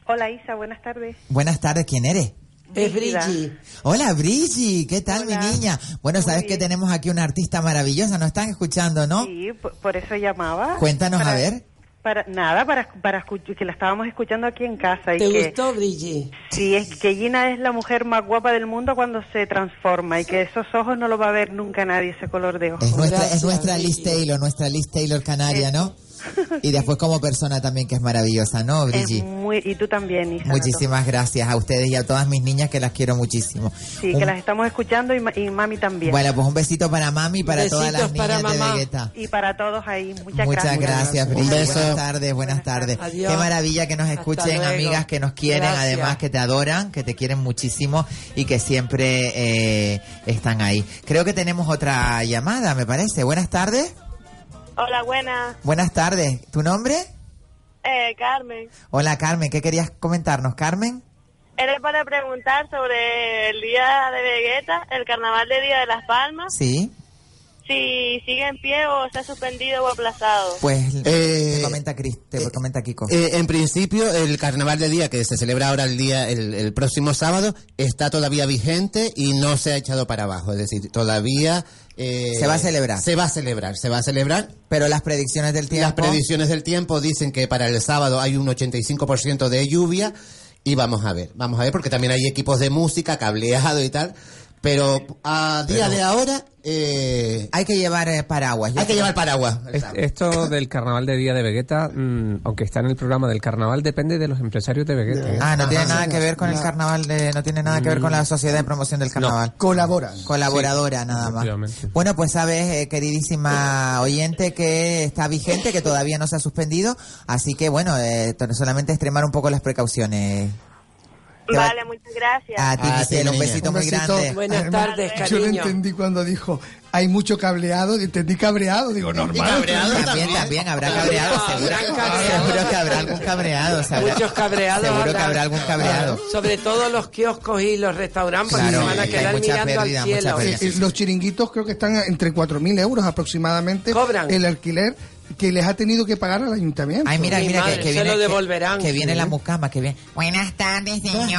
Hola Isa, buenas tardes. Buenas tardes, ¿quién eres? es Brígida. Brigi. Hola, Brigi, ¿qué tal Hola. mi niña? Bueno, Muy sabes que bien. tenemos aquí una artista maravillosa, nos están escuchando, ¿no? Sí, por, por eso llamaba. Cuéntanos, Para- a ver. Para, nada, para, para escuchar, que la estábamos escuchando aquí en casa. Y ¿Te que, gustó, Brigi? Sí, es que Gina es la mujer más guapa del mundo cuando se transforma y que esos ojos no lo va a ver nunca nadie, ese color de ojos. Es nuestra, es gracias, nuestra Liz Brigi. Taylor, nuestra Liz Taylor canaria, ¿no? Y después como persona también que es maravillosa, ¿no, Es Brigi? muy, y tú también, Isa. Muchísimas gracias a ustedes y a todas mis niñas que las quiero muchísimo. Nato. Sí, que Un- las estamos escuchando y, ma- y mami también. Bueno, pues un besito para mami y para todas las Besitos para niñas de mamá. Vegeta. Y para todos ahí, muchas, Muchas gracias, Un Brigitte. beso. Buenas tardes, buenas tardes. Adiós. Qué maravilla que nos Hasta escuchen, luego. amigas que nos quieren, Gracias. además que te adoran, que te quieren muchísimo y que siempre eh, están ahí. Creo que tenemos otra llamada, me parece. Buenas tardes. Hola, buenas. Buenas tardes. ¿Tu nombre? Eh, Carmen, Hola, Carmen. ¿Qué querías comentarnos, Carmen? era para preguntar sobre el día de Vegeta, el carnaval de Día de las Palmas. Sí. si sigue en pie o está suspendido o aplazado. Pues Eh, te comenta Cris, te eh, comenta Kiko. Eh, en principio, el carnaval de día que se celebra ahora el día el, el próximo sábado está todavía vigente y no se ha echado para abajo. Es decir, todavía eh, Se va a celebrar. Se va a celebrar, se va a celebrar. Pero las predicciones del tiempo. Las predicciones del tiempo dicen que para el sábado hay un 85% de lluvia y vamos a ver, vamos a ver porque también hay equipos de música, cableado y tal, pero a día de ahora eh, Hay que llevar eh, paraguas. Yo hay que creo- llevar paraguas. Es- esto del carnaval de Día de Vegeta, mm, aunque está en el programa del carnaval, depende de los empresarios de Vegeta. ¿eh? Ah, no tiene Ajá. nada que ver con el carnaval, de, no tiene nada que ver con Mm. la sociedad de promoción del carnaval. Colaboran. Colaboradora nada más. efectivamente. Bueno, pues sabes, eh, queridísima oyente, que está vigente, que todavía no se ha suspendido, así que bueno, eh, to- solamente extremar un poco las precauciones. Te va- muchas gracias. A ti, A ti, Giselle, un niña. besito Ah, Un muy besito. grande. Buenas Además, tardes, Yo lo cariño. entendí cuando dijo, hay mucho cableado, entendí cabreado, digo, normal. cabreado También, también, habrá cabreado, Ah, seguro, habrá cabreado. seguro que habrá algún cabreado. se habrá- Muchos cabreados. Seguro que habrá. habrá algún cabreado. Sobre todo los kioscos y los restaurantes porque Claro, se van a hay quedar mucha mirando pérdida, al mucha cielo. pérdida. Eh, eh, Los chiringuitos creo que están entre 4.000 euros aproximadamente. Cobran. El alquiler que les ha tenido que pagar al ayuntamiento. Ay, mira, Mi mira, madre, que, que se viene, lo que- devolverán. que viene Sí. la mucama, que viene. Buenas tardes, señora.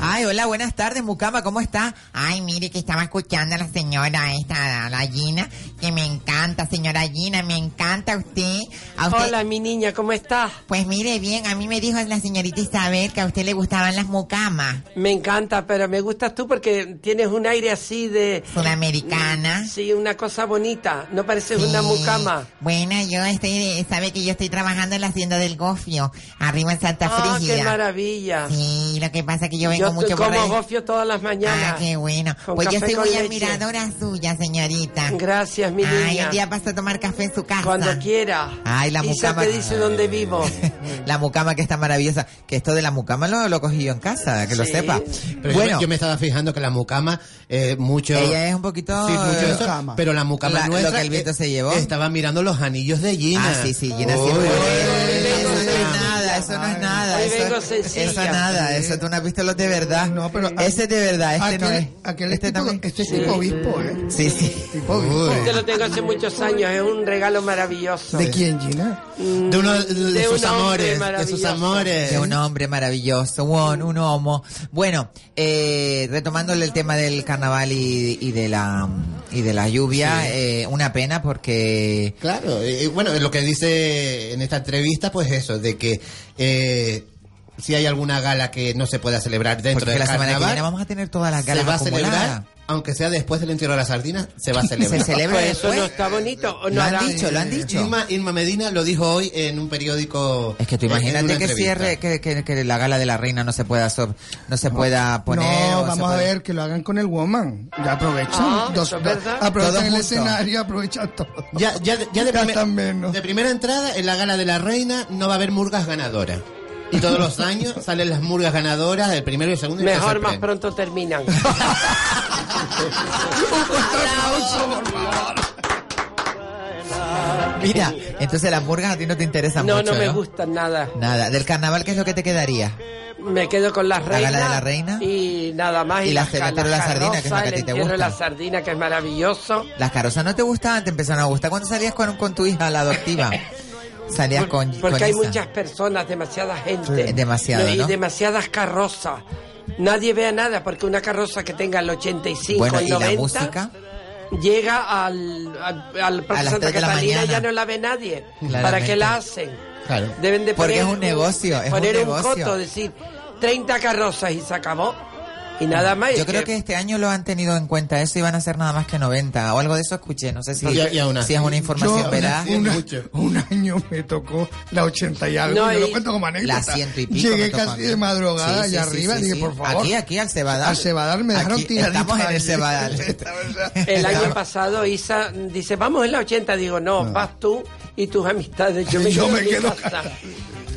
Ah. Ay, hola, buenas tardes, mucama, ¿cómo está? Ay, mire que estaba escuchando a la señora esta, a la Gina, que me encanta, señora Gina, me encanta usted. A usted- Hola, mi niña, ¿cómo estás? Pues mire bien, a mí me dijo la señorita Isabel que a usted le gustaban las mucamas Me encanta, pero me gustas tú porque tienes un aire así de... Mm, sudamericanas. Sí, una cosa bonita. No pareces una Sí. mucama. Bueno, yo estoy, sabe que yo estoy trabajando en la hacienda del gofio, arriba en Santa Ah, qué Frígida. maravilla. sí, lo que pasa es que yo vengo Yo mucho por como ahí. gofio todas las mañanas. Ah, qué bueno. Con Pues yo café soy con muy leche. admiradora suya, señorita. Gracias, mi Ay, niña. un día pasa a tomar café en su casa. Cuando quiera. Ay, la Isa mucama. te dice dónde vivo. La mucama que está maravillosa. Que esto de la mucama lo, lo cogí yo en casa, que lo Sí. sepa. Pero yo me- bueno, yo, me estaba fijando que la mucama, eh, mucho. ella es un poquito... Sí, mucho eh, eso, mucama. pero la mucama La- lo nuestra eh, que el viento se llevó. Estaba mirando los anillos de Gina. Ah, sí, sí, Gina Uy, siempre- uy, Eso no vengo es sencilla. nada, eso no es nada. Hoy Eso, vengo eso sencilla. es nada, eso tú no has visto los de verdad. No, pero- Ese es de verdad, este aquel, no es. aquel este es tipo, también. este es tipo obispo, ¿eh? Sí, sí. Tipo obispo. uy. Te lo tengo hace muchos años. Es un regalo maravilloso. Mm, ¿De quién, Gina? De uno de, De sus un hombre amores, de sus maravilloso. amores. De un hombre maravilloso, un, un homo. Bueno, eh, retomándole el tema del carnaval y, y de la y de la lluvia, eh, una pena porque Claro, y, y bueno, lo que dice en esta entrevista, pues eso, de que eh, si hay alguna gala que no se pueda celebrar dentro porque del la semana que carnaval, viene vamos a tener todas las se galas va a acumuladas. celebrar, aunque sea después del entierro de la sardina, se va a celebrar. Se celebra Pues eso después. no está bonito. ¿O no lo han harán? dicho, lo han dicho. Irma, Irma Medina lo dijo hoy en un periódico. Es que tú en- en una imagínate que entrevista. cierre, que, que, que la gala de la reina no se pueda so- no se pueda poner. o no, se vamos a pues, puede- ver que lo hagan con el woman. Ya aprovechan. Ah, Dos- eso es verdad. aprovechan Todo el junto. escenario, aprovechan todo. Ya, ya, de- ya de, primer- Gastan menos. de primera entrada, en la gala de la reina no va a haber murgas ganadoras. Y todos los años salen las murgas ganadoras, el primero y el segundo. y el Mejor tercer más premio. pronto terminan. Mira, entonces las burgas a ti no te interesan No, mucho. no me gustan nada. Nada, del carnaval, ¿qué es lo que te quedaría? Me quedo con las La gala reinas. de la reina. Y nada más. Y la las cena, ca- pero la sardina, que es la carroza, que a ti el te entierro de la gusta. sardina, que es maravilloso. Las carosas no te gustaban, te empezaron a gustar cuando salías con, con tu hija, la adoptiva. Salías con. Porque con hay esa. muchas personas, demasiada gente. Sí, demasiado, Y ¿no? demasiadas carrozas. Nadie vea nada, porque una carroza que tenga el 85, Bueno, el ¿y la 90, música? llega al, al, al Parque A las Santa tres de la Catalina mañana. ya no la ve nadie. Claramente. ¿Para qué la hacen? Claro. Deben de Porque poner es un negocio, es un poner un, negocio. coto, decir 30 carrozas y se acabó. Y nada más. Yo Es creo que este año lo han tenido en cuenta eso y van a ser nada más que 90 o algo de eso escuché. No sé si, Y- y aún así. si es una información Yo- veraz. Sí, una- mucho. un año me tocó la 80 y algo. No, yo y- lo cuento como anécdota. La ciento y pico. me Llegué tocó a casi mí. de madrugada Sí, y sí, sí, arriba sí, dije, sí. por favor. Aquí, aquí, al Cebadal. Al Cebadal me dejaron Aquí, tiradita Estamos en ahí. el Cebadal. El año pasado Isa dice, vamos en la 80. Digo, no, vas tú y tus amistades. Yo me Yo quedo, me en mi quedo casa".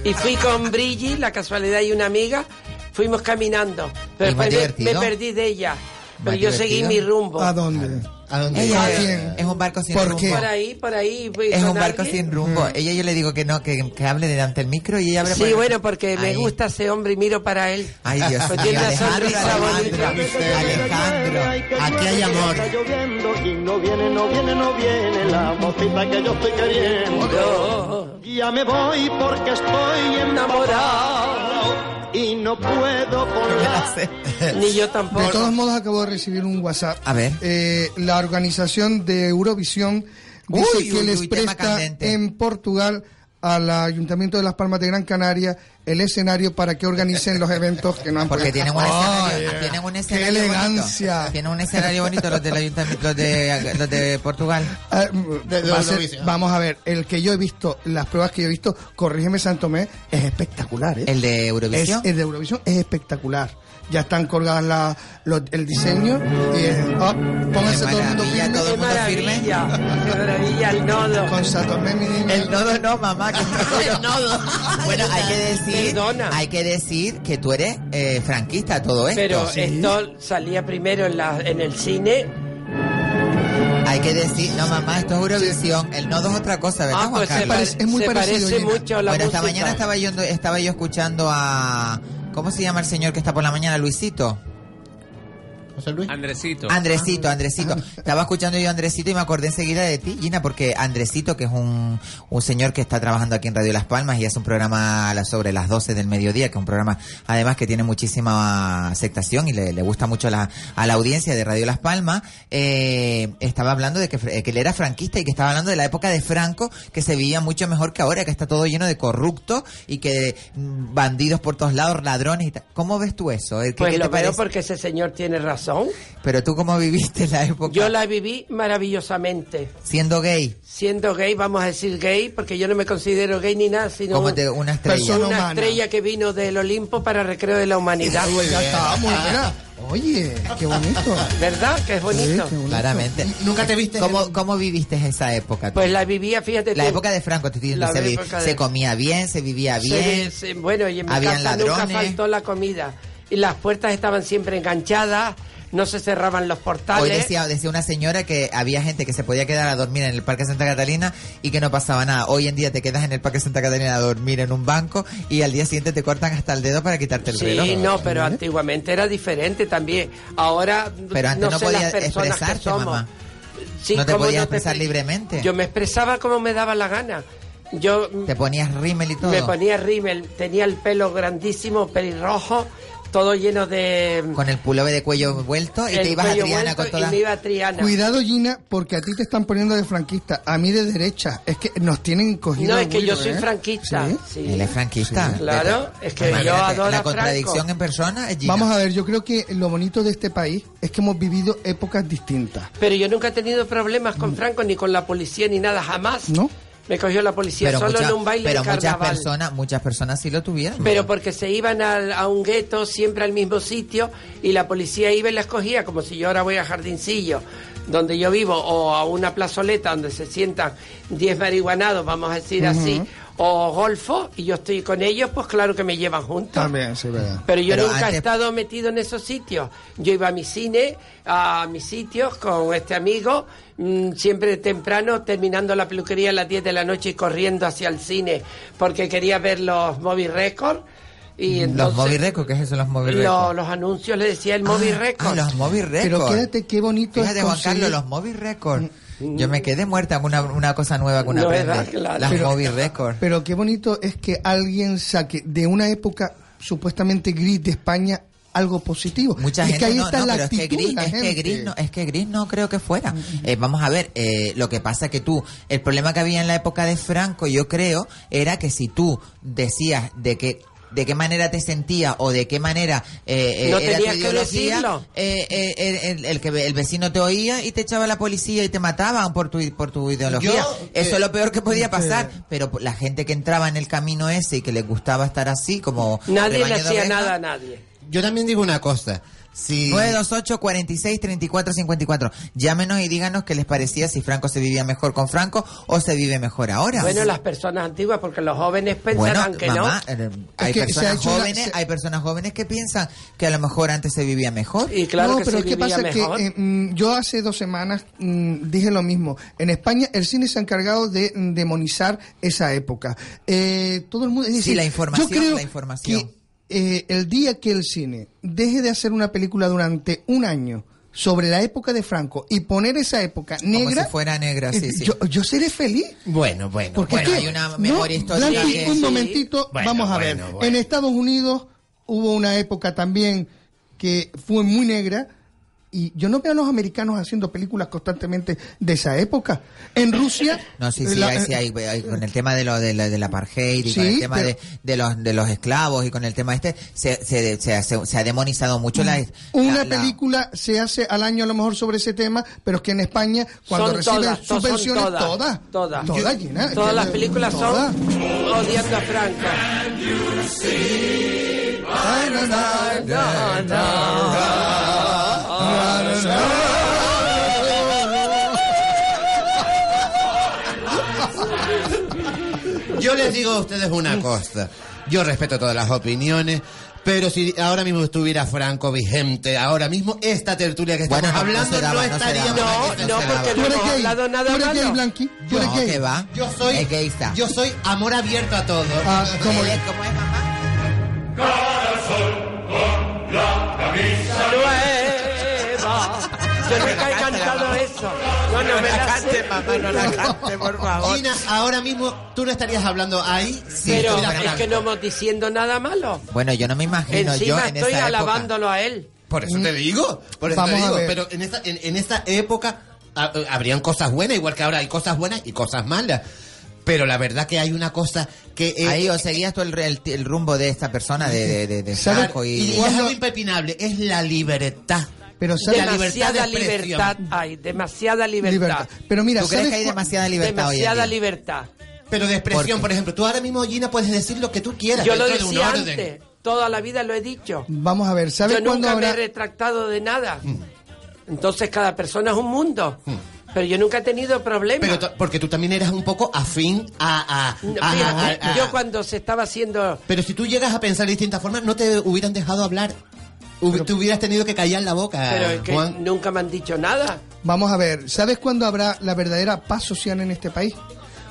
Y fui con Brigi, la casualidad y una amiga. Fuimos caminando. Pero ¿Y más después me, divertido? me perdí de ella. Pero ¿Más yo seguí mi divertido? rumbo. ¿A dónde? ¿A dónde? Ella ¿A es- quién? es un barco sin ¿Por rumbo. qué? Mm. Por ahí, por ahí. fui Es con un barco alguien. sin rumbo. Ella yo le digo que no, que, que hable delante del micro y ella abre por Sí, el- bueno, porque me Ahí. gusta ese hombre y miro para él. Ay, Dios mío, Pues tiene una Alejandro, sonrisa Alejandro, bonita. Alejandro, Aquí hay amor. Yo Ya me voy porque estoy enamorado y no puedo con me la la sé. Ni yo De tampoco. todos modos, acabo de recibir un WhatsApp. A ver. Eh, la organización de Eurovisión dice Uy, que uy, les uy, tema presta candente. en Portugal al Ayuntamiento de Las Palmas de Gran Canaria el escenario para que organicen los eventos que no han Porque podido- tienen un Ay, escenario, eh, tienen un escenario ¡Qué bonito. elegancia! Tienen un escenario bonito los del ayuntamiento, los de, los de Portugal. Ah, mm, De- de va a ser- Eurovisión. vamos a ver, el que yo he visto, las pruebas que yo he visto, corrígeme Santomé, es espectacular. ¿eh? El de Es, Eurovisión. el de Eurovisión es espectacular. Ya están colgadas la, los- el diseño y es, ah, pónganse Qué todo el maravilla, mundo todo firme. Qué el mundo firme. maravilla. Qué maravilla el nodo. Con Santomé mi niña. El nodo no, mamá. Que el nodo. Bueno, hay que decir, Perdona. hay que decir que tú eres eh, franquista a todo esto. Pero eh, esto salía primero en, la, en el cine. Hay que decir, no mamá, esto es Eurovisión. El nodo es otra cosa, ¿verdad, Ah, Juan pues se, Carlos? parece- es muy se parecido, parece Gina. mucho a la Bueno, música. esta mañana estaba yo, estaba yo escuchando a... ¿Cómo se llama el señor que está por la mañana? Luisito. José Luis? Andresito. Andresito, Andresito. Estaba escuchando yo a Andresito y me acordé enseguida de ti, Gina, porque Andresito, que es un, un señor que está trabajando aquí en Radio Las Palmas y hace un programa a las- sobre las 12 del mediodía, que es un programa además que tiene muchísima aceptación y le, le gusta mucho la- a la audiencia de Radio Las Palmas, eh, estaba hablando de que, fr- que él era franquista y que estaba hablando de la época de Franco, que se vivía mucho mejor que ahora, que está todo lleno de corruptos y que mm, bandidos por todos lados, ladrones y tal. ¿Cómo ves tú eso? Eh, ¿Qué- Pues qué lo te parece? veo porque ese señor tiene razón. Pero tú cómo viviste la época Yo la viví maravillosamente. siendo gay. Siendo gay, vamos a decir gay, porque yo no me considero gay ni nada, sino Como un- de una estrella. Persona una humana. estrella que vino del Olimpo para recreo de la humanidad. Ah, Ah, Ya está, muy buena. Oye, qué bonito. ¿Verdad? Que es bonito. Claramente. ¿Nunca te viste? ¿Cómo, cómo viviste esa época? tú? Pues la vivía, fíjate La tú. época de Franco, te estoy diciendo, La se, vi- época de- se comía bien, se vivía bien. Se- se- bueno, y en mi Habían casa nunca ladrones. faltó la comida. Y las puertas estaban siempre enganchadas, no se cerraban los Hoy portales. decía, decía una señora que había gente que se podía quedar a dormir en el Parque Santa Catalina y que no pasaba nada. Hoy en día te quedas en el Parque Santa Catalina a dormir en un banco y al día siguiente te cortan hasta el dedo para quitarte el reloj. Sí, no, pero antiguamente era diferente también. Ahora Pero antes no, sé las podías personas que expresarte, somos. mamá. Sí, no te ¿cómo podías no te expresar explico? libremente. Yo me expresaba como me daba la gana. Yo mm, Te ponías rímel y todo. me ponía rímel, tenía el pelo grandísimo, pelirrojo, todo lleno de Con el pulove de cuello vuelto y el te ibas a cuello Triana vuelto con todas y me iba a Triana. Cuidado, Gina, porque a ti te están poniendo de franquista, a mí de derecha. Es que nos tienen cogido. No, de es que yo bulto, soy ¿eh? franquista. sí. Él es franquista. Sí, claro, es que Imagínate, yo adoro La a contradicción Franco. en persona es Gina. Vamos a ver, yo creo que lo bonito de este país es que hemos vivido épocas distintas. Pero yo nunca he tenido problemas Mm. con Franco, ni con la policía, ni nada, jamás. ¿No? Me cogió la policía pero solo mucha- en un baile pero de muchas carnaval. personas, muchas personas sí lo tuvieron. Pero porque se iban al- a, un gueto, siempre al mismo sitio, y la policía iba y las cogía, como si yo ahora voy a Jardincillo, donde yo vivo, o a una plazoleta donde se sientan 10 marihuanados, vamos a decir así, o golfo, y yo estoy con ellos, pues claro que me llevan juntos. También, sí, verdad. Pero yo Pero nunca antes- he estado metido en esos sitios. Yo iba a mi cine, a mis sitios con este amigo, mm, siempre temprano, terminando la peluquería a las 10 de la noche y corriendo hacia el cine porque quería ver los Movie Record. Y los entonces Moby Record, ¿qué es eso? Los Moby lo- Record. los anuncios le decía el Movie Ah, Record. ah, los Moby Record. Pero quédate qué bonito Fíjate, es Juan conseguir- Carlos, los Moby Record. Yo me quedé muerta con una, una cosa nueva que una Mm. No, aprende. ¿verdad? Claro. Las Pero- Moby Record. Pero qué bonito es que alguien saque de una época supuestamente gris de España algo positivo. Mucha es gente que ahí no, está no, la pero es que actitud gris, de la es que gente. gris no, es que gris no creo que fuera. Eh, vamos a ver, eh, lo que pasa que tú, el problema que había en la época de Franco, yo creo, era que si tú decías de que de qué manera te sentías o de qué manera eh, eh, No era tu tenías que ideología, decirlo. eh, eh, el- el, el que el vecino te oía y te echaba la policía y te mataban por tu por tu ideología. Yo, Eso eh, es lo peor que podía pasar, pero la gente que entraba en el camino ese y que les gustaba estar así como Nadie le rebaño de hacía ovejas, nada a nadie. Yo también digo una cosa. Si... 928 46 34 54. Llámenos y díganos qué les parecía si Franco se vivía mejor con Franco o se vive mejor ahora. Bueno, las personas antiguas, porque los jóvenes Bueno, pensarán que mamá, no. eh, hay Es que se ha personas hecho una- jóvenes, se- hay personas jóvenes que piensan que a lo mejor antes se vivía mejor. Y claro no, que pero se es que vivía pasa mejor. que eh, mm, yo hace dos semanas mm, dije lo mismo. En España el cine se ha encargado de mm, demonizar esa época. Eh, todo el mundo. es Sí, decir, la información, yo creo la información. que, eh, el día que el cine deje de hacer una película durante un año sobre la época de Franco y poner esa época negra, si fuera negra, sí, eh, sí. Yo, yo seré feliz. Bueno, bueno. Porque Bueno, ¿qué? hay una memoria histórica Blanqui, que- un sí. momentito, Bueno, vamos a bueno, ver. Eh, bueno. En Estados Unidos hubo una época también que fue muy negra y yo no veo a los americanos haciendo películas constantemente de esa época. En Rusia... No, sí, sí, la- hay, sí, hay- hay- con el tema de lo de la, de la apartheid y con Sí, el tema pero- de, de los de los esclavos y con el tema este se se, se, se- se ha demonizado mucho Mm. la Una la- la- película se hace al año a lo mejor sobre ese tema, pero es que en España cuando Son reciben todas, son subvenciones todas, todas, todas. todas, Gina, Todas que- las películas todas. son odiando a Franco. Na, na, na, No, no. Yo les digo a ustedes Mm. una cosa. Yo respeto todas las opiniones, pero si ahora mismo estuviera Franco vigente, ahora mismo esta tertulia que estamos Bueno, no, no hablando se no, daba, no se estaría daba. mal. No, no, porque Tú no eres hemos gay, hablado tú nada eres gay, malo. Blanqui, tú eres No, gay. que va. Yo soy es gaysta. Yo soy amor abierto a Eh, todos. Ah, ¿cómo ¿Cómo es? es, mamá? Noruega. Yo nunca he cantado eso. No, no me la sé. por favor. Gina, ahora mismo tú no estarías hablando ahí. si Pero estuvieras es que no hemos diciendo nada malo. Bueno, yo no me imagino yo Encima en estoy esa época. Mm. alabándolo a él. Por eso te digo, por eso Vamos te a digo, ver. pero en esta, en, en esta época ha- habrían cosas buenas, igual que ahora hay cosas buenas y cosas malas. Pero la verdad que hay una cosa que... es- Ahí o seguías tú el, re- el- el rumbo de esta persona de, de, de, de Claro, Franco y, y... y es algo impepinable, es la libertad. Pero la libertad de demasiada expresión. libertad hay, demasiada libertad. Libertad. Pero mira, ¿Tú crees ¿sabes que hay cuál- demasiada libertad hoy en Demasiada día? libertad. Pero de expresión, por, ejemplo, tú ahora mismo, Gina, puedes decir lo que tú quieras. Yo lo dentro de un decía orden. antes, eh, toda la vida lo he dicho. Vamos a ver, ¿sabes Yo cuándo nunca me he habrá? retractado de nada. Mm. Entonces cada persona es un mundo. Pero yo nunca he tenido problemas. Pero to- porque tú también eras un poco afín a... a- No, a- fíjate, a- a- yo cuando se estaba haciendo... Pero si tú llegas a pensar de distintas formas, no te hubieran dejado hablar. Hub- te hubieras tenido que callar la boca, Pero es que Juan. nunca me han dicho nada. Vamos a ver, ¿sabes cuándo habrá la verdadera paz social en este país?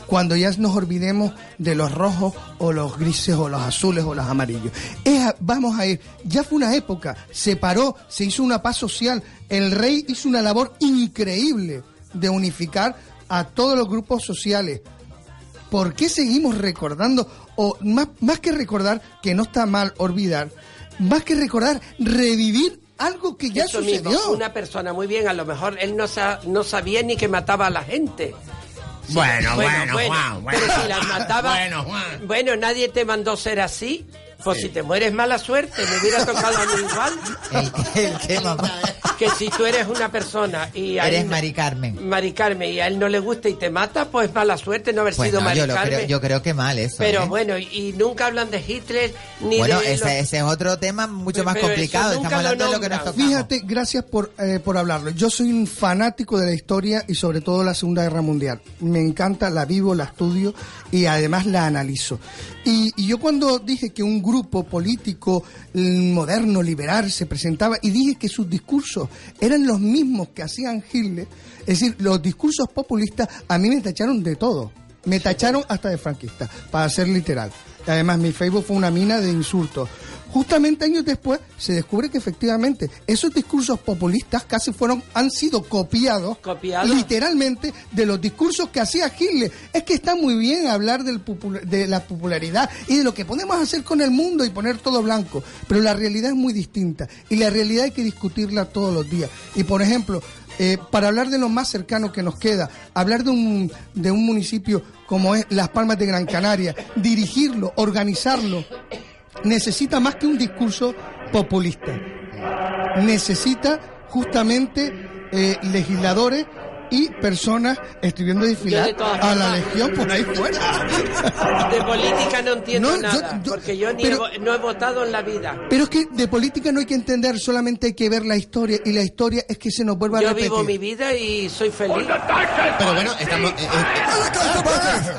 Cuando ya nos olvidemos de los rojos o los grises o los azules o los amarillos. Es a- vamos a ir, ya fue una época, se paró, se hizo una paz social, el rey hizo una labor increíble de unificar a todos los grupos sociales. ¿Por qué seguimos recordando, o más, más que recordar, que no está mal olvidar, más que recordar, revivir algo que ya Eso sucedió? mismo, una persona muy bien, a lo mejor él no, sa- no sabía ni que mataba a la gente. Ah, Bueno, bueno, Juan, bueno. Pero si las mataba... Bueno, Bueno, nadie te mandó ser así. Pues si te mueres mala suerte, me hubiera tocado a mí igual. Que si tú eres una persona y... a Eres él- Mari Carmen. Mari Carmen y a él no le gusta y te mata, pues mala suerte no haber sido Bueno, Mari yo, lo Carmen. creo, yo creo que mal eso. pero ¿eh? bueno, y, y nunca hablan de Hitler ni Bueno, de... ese, ese es otro tema mucho más Pero eso complicado. nunca Estamos lo hablando de lo que nos nombran. toca. Fíjate, gracias por, eh, por hablarlo. Yo soy un fanático de la historia y sobre todo la Segunda Guerra Mundial. Me encanta, la vivo, la estudio y además la analizo. Y, y yo cuando dije que un grupo político mm, moderno, liberal, se presentaba y dije que sus discursos eran los mismos que hacían Hitler, es decir, los discursos populistas a mí me tacharon de todo. Me tacharon hasta de franquista, para ser literal. Además, mi Facebook fue una mina de insultos. Justamente años después se descubre que efectivamente esos discursos populistas casi fueron, han sido copiados, Copiados. literalmente de los discursos que hacía Hitler. Es que está muy bien hablar del popul- de la popularidad y de lo que podemos hacer con el mundo y poner todo blanco, pero la realidad es muy distinta y la realidad hay que discutirla todos los días. Y por ejemplo, eh, para hablar de lo más cercano que nos queda, hablar de un, de un municipio como es Las Palmas de Gran Canaria, dirigirlo, organizarlo, necesita más que un discurso populista. Necesita justamente eh, legisladores y personas escribiendo Yo de desfilar todas a la formas- legión por ahí fuera. De política no entiendo No, yo- nada, porque yo ni he pero- vo- no he votado en la vida. Pero es que de política no hay que entender, solamente hay que ver la historia y la historia es que se nos vuelve a Yo repetir. vivo mi vida y soy feliz. Pero bueno, estamos... eh, eh, eh,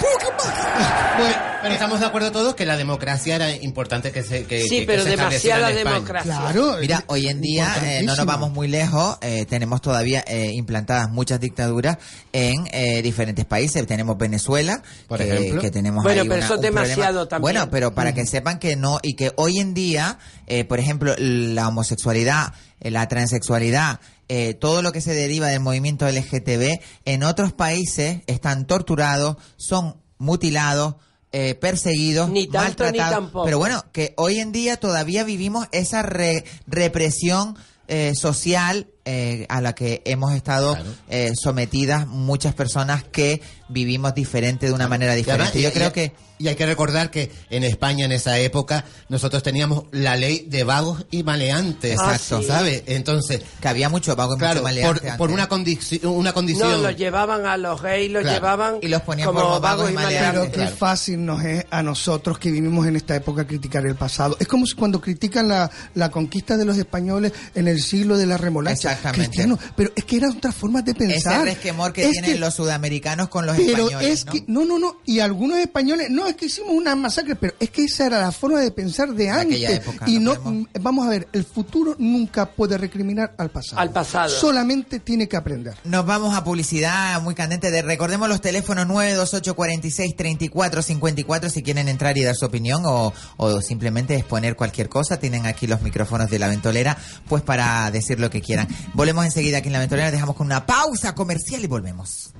Pues, pero estamos de acuerdo todos que la democracia era importante que se que, Sí, que- que pero se estableciera demasiada en España. democracia. Mira, hoy en día eh, no nos vamos muy lejos. eh, tenemos todavía eh, implantadas muchas dictaduras en eh, diferentes países. Tenemos Venezuela, Por que, ejemplo. que tenemos Bueno, ahí pero una- eso es un problema. demasiado también. Bueno, pero para que sepan que no y que hoy en día, eh, por ejemplo, la homosexualidad, eh, la transexualidad. eh, todo lo que se deriva del movimiento LGTB en otros países están torturados, son mutilados, eh, perseguidos, Ni tanto ni maltratados. tampoco. Pero bueno, que hoy en día todavía vivimos esa re- represión eh, social eh, a la que hemos estado eh, sometidas muchas personas que vivimos diferente de una manera Y además, diferente. y- Yo creo y- que Y hay que recordar que en España en esa época nosotros teníamos la ley de vagos y maleantes. Exacto. ¿Sabe? Entonces, Ah, que había mucho vago y claro, mucho maleante por, antes. por una, condici- una No, condición... los llevaban a los gays, los Claro. llevaban Y los ponían como por vagos y Pero maleantes. qué fácil nos es a nosotros que vivimos en esta época criticar el pasado. Es como si cuando critican la, la conquista de los españoles en el siglo de la remolacha. Exactamente. Cristiano, pero es que eran otras formas de pensar. Ese resquemor que Es tienen que- los sudamericanos con los pero españoles, es ¿no? que no no no y algunos españoles no es que hicimos una masacre pero es que esa era la forma de pensar de aquella antes época, y no mm, vamos a ver el futuro nunca puede recriminar al pasado Al pasado. solamente tiene que aprender Nos vamos a publicidad muy candente. De, recordemos los teléfonos 928-46-34-54 si quieren entrar y dar su opinión o, o simplemente exponer cualquier cosa. Tienen aquí los micrófonos de la ventolera pues para decir lo que quieran. Volvemos enseguida aquí en la ventolera. Dejamos con una pausa comercial y volvemos.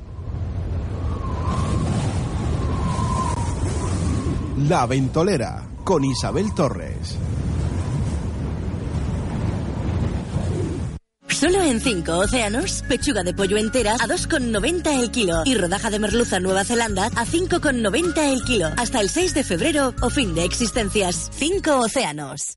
La Ventolera con Isabel Torres. Solo en 5 océanos, pechuga de pollo entera a 2,90 el kilo y rodaja de merluza Nueva Zelanda a 5,90 el kilo. Hasta el 6 de febrero o fin de existencias. 5 océanos.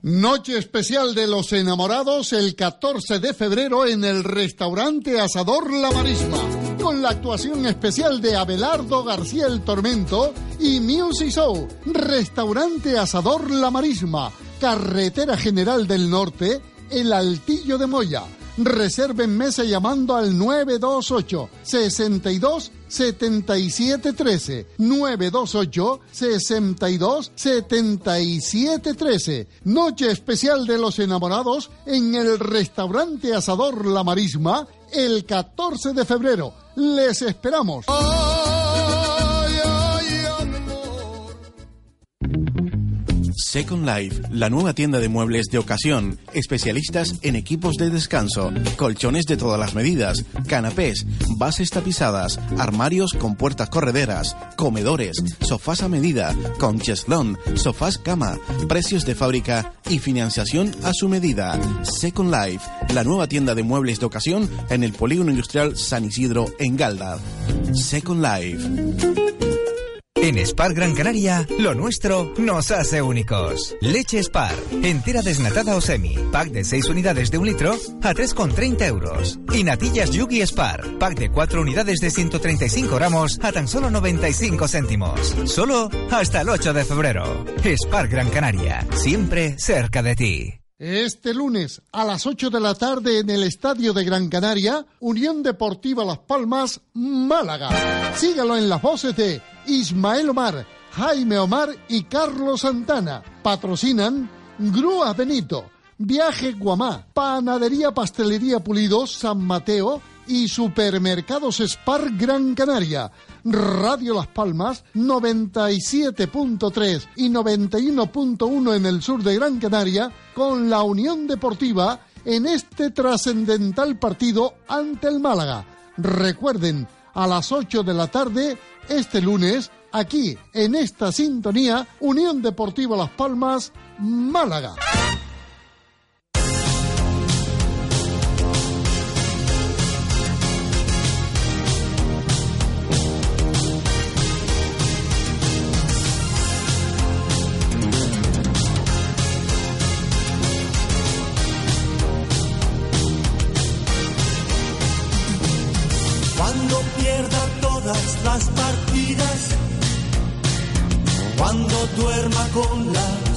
Noche especial de los enamorados el 14 de febrero en el restaurante Asador La Marisma, con la actuación especial de Abelardo García el Tormento y Music Show. Restaurante Asador La Marisma, Carretera General del Norte, El Altillo de Moya. Reserven mesa llamando al 928 62 7713 928 62 7713 Noche especial de los enamorados en el restaurante Asador La Marisma el 14 de febrero. Les esperamos. Second Life, la nueva tienda de muebles de ocasión, especialistas en equipos de descanso, colchones de todas las medidas, canapés, bases tapizadas, armarios con puertas correderas, comedores, sofás a medida, con cheslón, sofás cama, precios de fábrica y financiación a su medida. Second Life, la nueva tienda de muebles de ocasión en el polígono industrial San Isidro en Galda. Second Life. En Spar Gran Canaria, lo nuestro nos hace únicos. Leche Spar, entera desnatada o semi, pack de 6 unidades de un litro a 3,30 euros. Y natillas Yugi Spar, pack de 4 unidades de 135 gramos a tan solo 95 céntimos. Solo hasta el 8 de febrero. Spar Gran Canaria, siempre cerca de ti. Este lunes a las 8 de la tarde en el Estadio de Gran Canaria, Unión Deportiva Las Palmas, Málaga. Sígalo en las voces de Ismael Omar, Jaime Omar y Carlos Santana. Patrocinan Grúa Benito, Viaje Guamá, Panadería Pastelería Pulido, San Mateo y Supermercados Spar Gran Canaria. Radio Las Palmas 97.3 y 91.1 en el sur de Gran Canaria con la Unión Deportiva en este trascendental partido ante el Málaga. Recuerden, a las 8 de la tarde, este lunes, aquí en esta sintonía, Unión Deportiva Las Palmas, Málaga. Cuando pierda todas las partidas, cuando duerma con la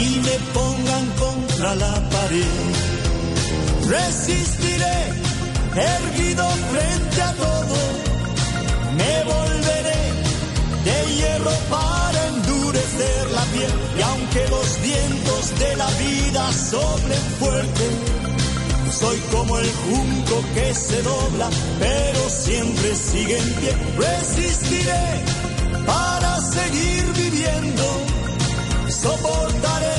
y me pongan contra la pared. Resistiré, erguido frente a todo, me volveré de hierro para endurecer la piel y aunque los vientos de la vida soplen fuerte, Soy como el junco que se dobla, pero siempre sigue en pie. Resistiré para seguir viviendo. Soportaré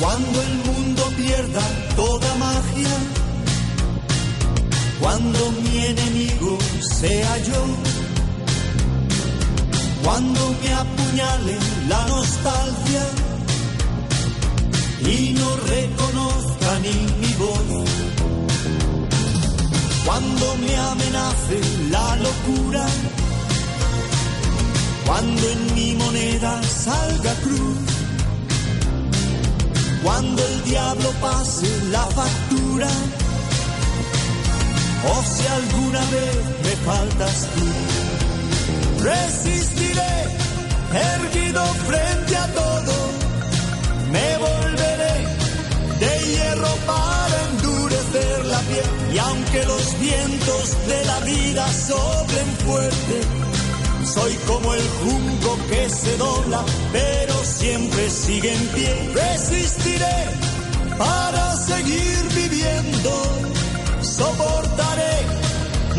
Cuando el mundo pierda toda magia, cuando mi enemigo sea yo, cuando me apuñale la nostalgia y no reconozca ni mi voz, cuando me amenace la locura, cuando en mi moneda salga cruz. Cuando el diablo pase la factura, o si alguna vez me faltas tú, resistiré, erguido frente a todo, me volveré de hierro para endurecer la piel, y aunque los vientos de la vida soplen fuerte, soy como el junco que se dobla, pero siempre sigue en pie. Resistiré para seguir viviendo. Soportaré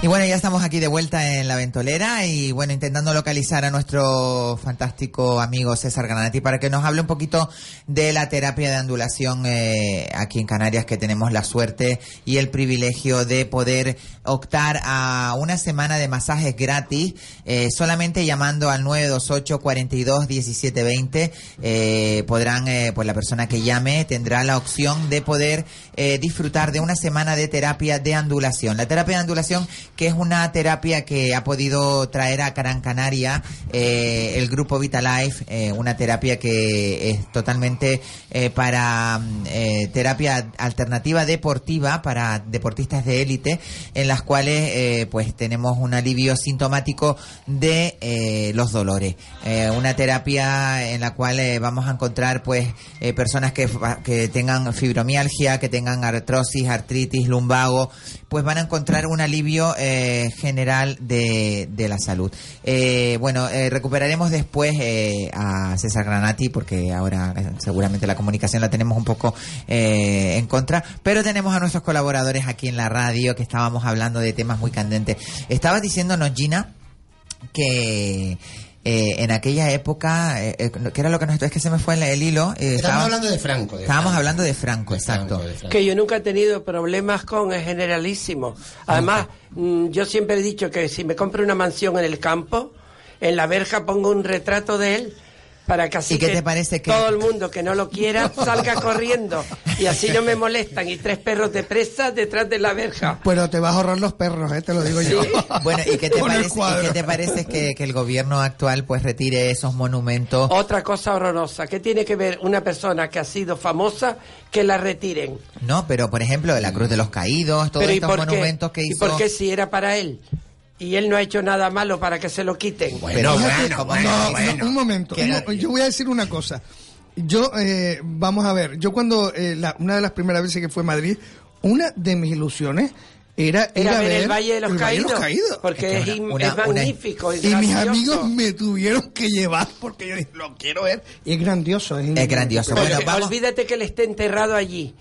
Y bueno, ya estamos aquí de vuelta en la ventolera y bueno, intentando localizar a nuestro fantástico amigo César Granati para que nos hable un poquito de la terapia de andulación eh, aquí en Canarias, que tenemos la suerte y el privilegio de poder optar a una semana de masajes gratis, eh, solamente llamando al 928 42 17 20, eh, podrán, eh, pues la persona que llame tendrá la opción de poder eh, disfrutar de una semana de terapia de andulación. La terapia de andulación que es una terapia que ha podido traer a Gran Canaria eh, el grupo Vitalife, eh, una terapia que es totalmente eh, para mm, eh, terapia alternativa deportiva para deportistas de élite, en las cuales eh, pues tenemos un alivio sintomático de eh, los dolores. Eh, una terapia en la cual eh, vamos a encontrar pues eh, personas que, fa- que tengan fibromialgia, que tengan artrosis, artritis, lumbago, pues van a encontrar un alivio eh, general de, de la salud. Eh, bueno, eh, recuperaremos después eh, a César Granati porque ahora eh, seguramente la comunicación la tenemos un poco eh, en contra, pero tenemos a nuestros colaboradores aquí en la radio que estábamos hablando de temas muy candentes. Estabas diciéndonos, Gina, que... eh, en aquella época, eh, eh, que era lo que nos... Es que se me fue el, el hilo. eh, estábamos- hablando de Franco, de estábamos Franco. hablando Pues, ah, de Franco, exacto. Que yo nunca he tenido problemas con es generalísimo. Además, mm, yo siempre he dicho que si me compro una mansión en el campo, en la verja pongo un retrato de él para que así ¿Y qué que te parece que- todo el mundo que no lo quiera salga corriendo y así no me molestan y tres perros de presa detrás de la verja. Pero te vas a ahorrar los perros, eh, te lo digo yo. Bueno, ¿y qué te Con el parece, cuadro. ¿y qué te parece que, que el gobierno actual pues retire esos monumentos? Otra cosa horrorosa, ¿qué tiene que ver una persona que ha sido famosa que la retiren? No, pero por ejemplo, la Cruz de los Caídos, todos Pero ¿y estos por qué? monumentos que ¿Y hizo. por qué si era para él? Y él no ha hecho nada malo para que se lo quiten. Bueno, No, no, un momento. Un mo- yo voy a decir una cosa. Yo, eh, vamos a ver, yo cuando, eh, la- una de las primeras veces que fue a Madrid, una de mis ilusiones era, ir Era a ver el Valle de los el Valle Caídos. Caídos. Porque Es que es una- im- una- es una- magnífico, es Y mis grandioso. amigos me tuvieron que llevar porque yo dije, lo quiero ver. Y es grandioso. Es, grandioso. Porque olvídate que él esté enterrado allí.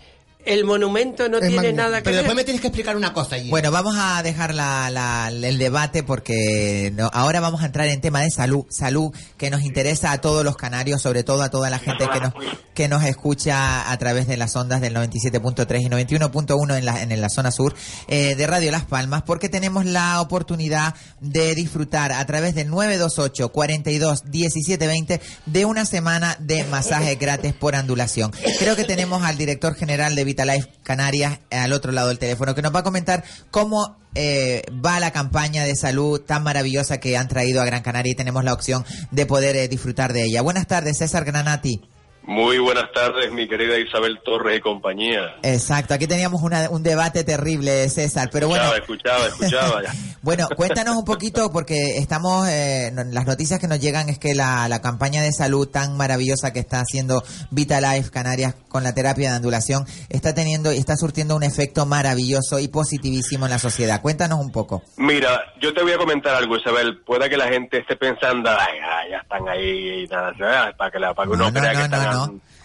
El monumento no Es tiene magnífico. nada que Pero ver. después me tienes que explicar una cosa allí. Bueno, vamos a dejar la- la- el debate porque no- ahora vamos a entrar en tema de salud, salud que nos interesa a todos los canarios, sobre todo a toda la gente que nos que nos escucha a través de las ondas del 97.3 y 91.1 en la en la zona sur eh, de Radio Las Palmas, porque tenemos la oportunidad de disfrutar a través del 928 42 17 20 de una semana de masaje gratis por andulación. Creo que tenemos al director general de Vitalife Canarias al otro lado del teléfono que nos va a comentar cómo eh, va la campaña de salud tan maravillosa que han traído a Gran Canaria y tenemos la opción de poder eh, disfrutar de ella. Buenas tardes, César Granati. Muy buenas tardes, mi querida Isabel Torres y compañía. Exacto, aquí teníamos una- un debate terrible, César, pero bueno. Escuchaba, escuchaba, escuchaba. Bueno, cuéntanos un poquito porque estamos, eh, no- las noticias que nos llegan es que la, la campaña de salud tan maravillosa que está haciendo Vitalife Canarias con la terapia de ondulación está teniendo y está surtiendo un efecto maravilloso y positivísimo en la sociedad. Cuéntanos un poco. Mira, yo te voy a comentar algo, Isabel. Pueda que la gente esté pensando, ay, ay, ya están ahí, y nada, ah, para que, la, para que uno crea que están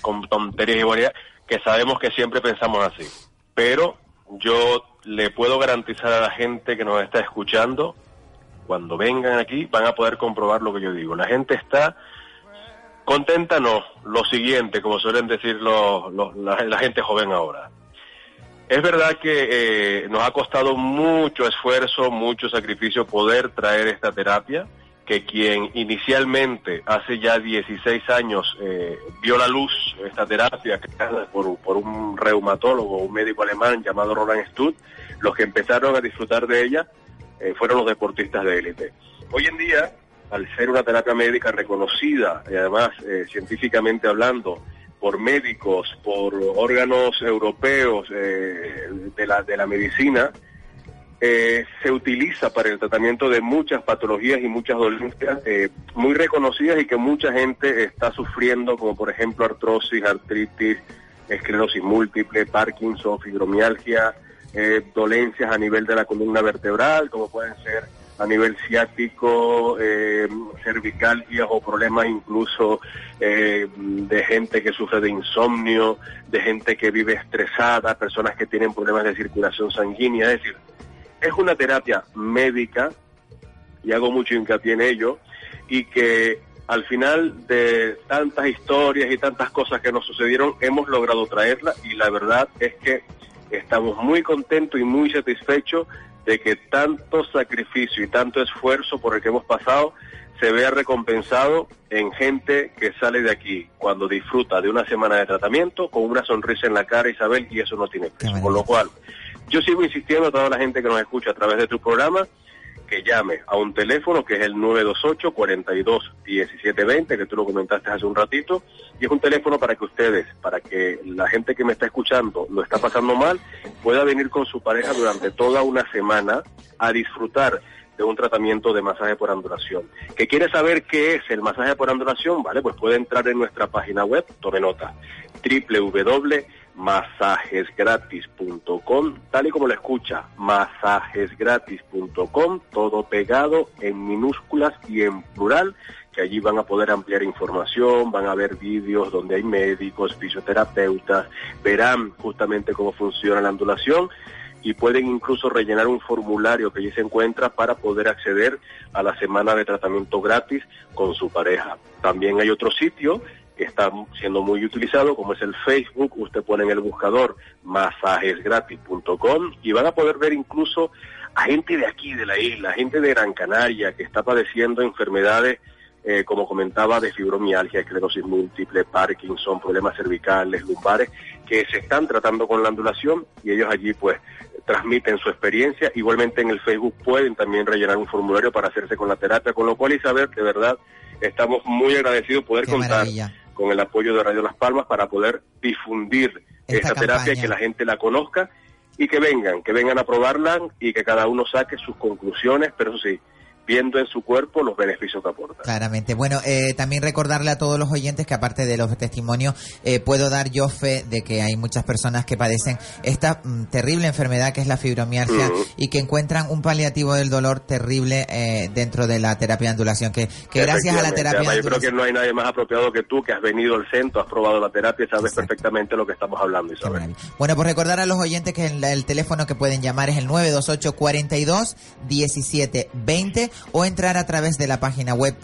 con tonterías y variedad, que sabemos que siempre pensamos así. Pero yo le puedo garantizar a la gente que nos está escuchando, cuando vengan aquí van a poder comprobar lo que yo digo. La gente está contenta, no, lo siguiente, como suelen decir los- los- la, la gente joven ahora. Es verdad que eh, nos ha costado mucho esfuerzo, mucho sacrificio poder traer esta terapia, que quien inicialmente hace ya 16 años eh, vio la luz, esta terapia creada por, un- por un reumatólogo, un médico alemán llamado Roland Stutt, los que empezaron a disfrutar de ella eh, fueron los deportistas de élite. Hoy en día, al ser una terapia médica reconocida y además eh, científicamente hablando por médicos, por órganos europeos eh, de, la, de la medicina, eh, se utiliza para el tratamiento de muchas patologías y muchas dolencias eh, muy reconocidas y que mucha gente está sufriendo, como por ejemplo artrosis, artritis, esclerosis múltiple, Parkinson, fibromialgia, eh, dolencias a nivel de la columna vertebral, como pueden ser a nivel ciático, eh, cervicalgias o problemas incluso eh, de gente que sufre de insomnio, de gente que vive estresada, personas que tienen problemas de circulación sanguínea. Es decir, es una terapia médica, y hago mucho hincapié en ello, y que al final de tantas historias y tantas cosas que nos sucedieron, hemos logrado traerla y la verdad es que estamos muy contentos y muy satisfechos de que tanto sacrificio y tanto esfuerzo por el que hemos pasado se vea recompensado en gente que sale de aquí cuando disfruta de una semana de tratamiento con una sonrisa en la cara, Isabel, y eso no tiene precio. Con lo cual, yo sigo insistiendo a toda la gente que nos escucha a través de tu programa que llame a un teléfono que es el 928 42 1720 que tú lo comentaste hace un ratito y es un teléfono para que ustedes, para que la gente que me está escuchando lo está pasando mal, pueda venir con su pareja durante toda una semana a disfrutar de un tratamiento de masaje por ondulación. ¿Que quiere saber qué es el masaje por ondulación? Vale, pues puede entrar en nuestra página web, tome nota, www.masajesgratis.com, tal y como lo escucha, masajesgratis.com, todo pegado en minúsculas y en plural, que allí van a poder ampliar información, van a ver vídeos donde hay médicos, fisioterapeutas, verán justamente cómo funciona la ondulación y pueden incluso rellenar un formulario que allí se encuentra para poder acceder a la semana de tratamiento gratis con su pareja. También hay otro sitio que está siendo muy utilizado, como es el Facebook, usted pone en el buscador masajesgratis.com y van a poder ver incluso a gente de aquí, de la isla, gente de Gran Canaria, que está padeciendo enfermedades eh, como comentaba, de fibromialgia, esclerosis múltiple, Parkinson, problemas cervicales, lumbares, que se están tratando con la ondulación y ellos allí pues transmiten su experiencia. Igualmente en el Facebook pueden también rellenar un formulario para hacerse con la terapia, con lo cual Isabel, de verdad, estamos muy agradecidos de poder Qué contar maravilla. con el apoyo de Radio Las Palmas para poder difundir Esta esta, terapia, campaña. que la gente la conozca y que vengan, que vengan a probarla y que cada uno saque sus conclusiones, pero eso sí, viendo en su cuerpo los beneficios que aporta. Claramente. Bueno, eh, también recordarle a todos los oyentes que aparte de los testimonios, eh, puedo dar yo fe de que hay muchas personas que padecen esta mm, terrible enfermedad que es la fibromialgia Ujú. y que encuentran un paliativo del dolor terrible eh, dentro de la terapia de ondulación, que, que gracias a la Efectivamente, terapia además, de yo creo que ondulación... no hay nadie más apropiado que tú, que has venido al centro, has probado la terapia y sabes perfectamente lo que estamos hablando, Isabel. Bueno, pues recordar a los oyentes que el, el teléfono que pueden llamar es el 928 42 17 20 o entrar a través de la página web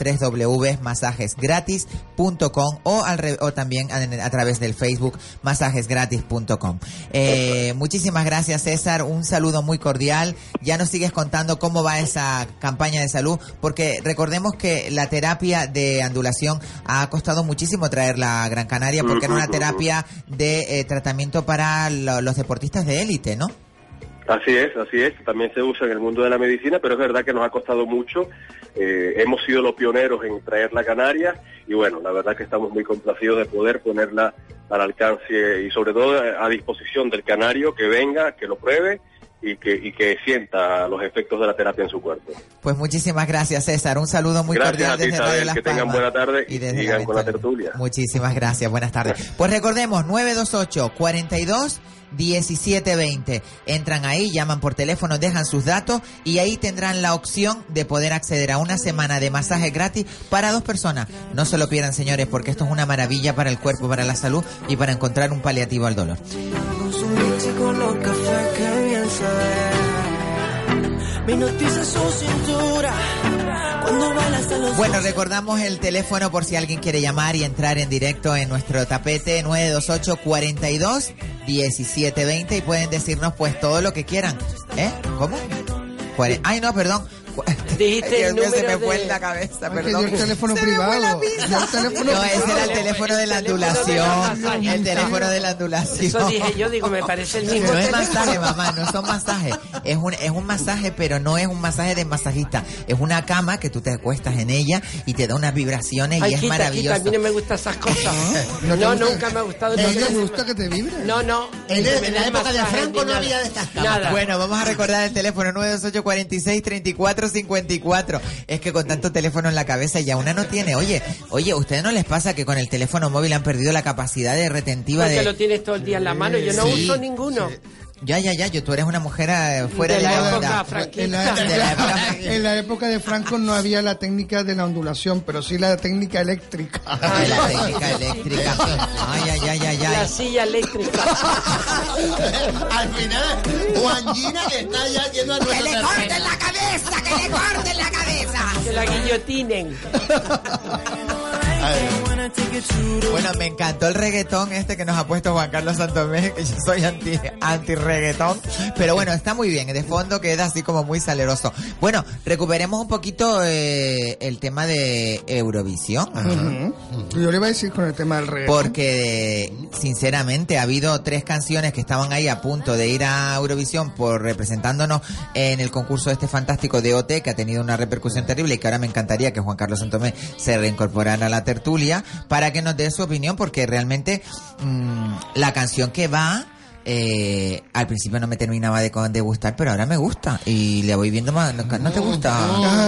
www.masajesgratis.com o, al re- o también a, a través del Facebook masajesgratis.com. Eh, muchísimas gracias César, un saludo muy cordial. Ya nos sigues contando cómo va esa campaña de salud, porque recordemos que la terapia de andulación ha costado muchísimo traerla a Gran Canaria, porque era una Ujú. terapia de eh, tratamiento para lo- los deportistas de élite, ¿no? Así es, así es. También se usa en el mundo de la medicina, pero es verdad que nos ha costado mucho. Eh, hemos sido los pioneros en traerla a Canarias y bueno, la verdad que estamos muy complacidos de poder ponerla al alcance y sobre todo a a disposición del canario que venga, que lo pruebe y que, y que sienta los efectos de la terapia en su cuerpo. Pues muchísimas gracias César, un saludo muy Gracias cordial a ti, desde Radio Isabel. Las Que tengan Palmas. buena tarde y, Y desde sigan la con la tertulia. Muchísimas gracias, buenas tardes. Pues recordemos, 928 42 1720. Entran ahí, llaman por teléfono, dejan sus datos y ahí tendrán la opción de poder acceder a una semana de masaje gratis para dos personas. No se lo pierdan, señores, porque esto es una maravilla para el cuerpo, para la salud y para encontrar un paliativo al dolor. Con su leche y con los cafés que bien sabe. Mi noticia es su cintura. Cuando baila hasta los Bueno, recordamos el teléfono por si alguien quiere llamar y entrar en directo en nuestro tapete 928 42 1720 y pueden decirnos pues todo lo que quieran. ¿Eh? ¿Cómo? Cuare- Ay, no, perdón. Cu- Dijiste Dios el mío, número se me fue de- la cabeza, Ay, que perdón. dio el teléfono Se me fue la privado. pinza. Dio el teléfono no, ese era el privado. teléfono de la El teléfono de la ondulación. masajista. El teléfono de la ondulación. Eso dije yo, digo, me parece el mismo No es teléfono. masaje, mamá, no son masajes. Es un, es un masaje, pero no es un masaje de masajista. Es una cama que tú te acuestas en ella y te da unas vibraciones Ay, y es quita, quita, a maravilloso. mí no me gustan esas cosas. ¿No No, te gusta? nunca me ha gustado. ¿No no te me gusta que te vibre? No, no. ni que me den masajes ni nada. Nada. Bueno, vamos a recordar el teléfono 928-46-3454. Es que con tanto teléfono en la cabeza ya una no tiene. Oye, oye, ¿ustedes no les pasa que con el teléfono móvil han perdido la capacidad de retentiva Porque de... lo tienes todo el día en la mano. Yo no Sí. uso ninguno. Ya, ya, ya, yo, tú eres una mujer eh, fuera De de, la época onda. franquista. De la- de la época franquista. En la época de Franco no había la técnica de la ondulación, pero sí la técnica eléctrica. Ah, la técnica eléctrica. Ay, ay, ay, ay, ay. La silla eléctrica. Al final, Juan Gina que está ya yendo a ¡Que le corten la cabeza! ¡Que le corten la cabeza! Que la guillotinen. Bueno, me encantó el reggaetón este que nos ha puesto Juan Carlos Santomé, que yo soy anti, anti reggaetón, pero bueno, está muy bien, de fondo queda así como muy saleroso. Bueno, recuperemos un poquito eh, el tema de Eurovisión. mm, Ujú. Yo le iba a decir con el tema del reggaetón. Porque, sinceramente, ha habido tres canciones que estaban ahí a punto de ir a Eurovisión por representándonos en el concurso este fantástico de OT que ha tenido una repercusión terrible y que ahora me encantaría que Juan Carlos Santomé se reincorporara a la tertulia para que nos dé su opinión porque realmente mm, la canción que va... eh, al principio no me terminaba de, con- de gustar, pero ahora me gusta y le voy viendo más. ¿No, no te gusta?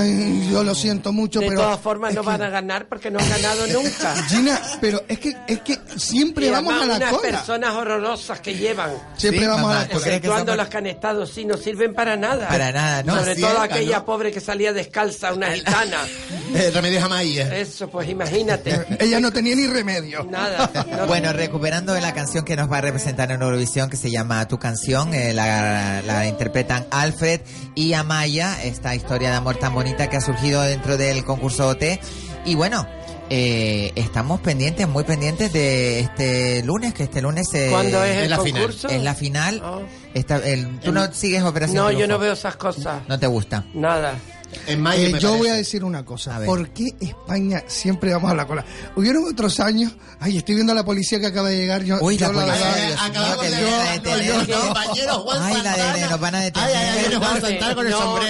Ay, yo lo siento mucho, De pero. todas formas, es no que- van a ganar porque no han ganado nunca. Gina, pero es que, es que siempre Y vamos a además la unas cola. personas horrorosas que llevan. Siempre Sí, vamos a la mamá, ¿tú cola. crees que Exceptuando somos- las que han estado, sí, no sirven para nada. Para nada, no, Sobre así todo es, aquella ¿no? pobre que salía descalza, una gitana. Eh, Remedios Amaya. Eso, pues imagínate. Ella no tenía ni remedio. Nada. no Bueno, recuperando de la canción que nos va a representar en Eurovisión, que se llama Tu canción, eh, la, la interpretan Alfred y Amaya, esta historia de amor tan bonita que ha surgido dentro del concurso OT. Y bueno, eh, estamos pendientes, muy pendientes de este lunes, que este lunes eh, ¿Cuándo es el la concurso? Ah. final. Es la final. Está- el- tú no sigues Operación No, yo Triunfo. no veo esas cosas. No te gusta. Nada. En mayo, Eh, me yo voy a parece. decir una cosa. ver. ¿Por qué España siempre vamos a la cola? Hubieron otros años. Ay, estoy viendo a la policía que acaba de llegar. Yo, Uy, yo la policía. verdad- Ay, yo- acabamos de- yo- la detener. yo- yo- Compañero Juan Ay, la de, de- nos van a detener. no,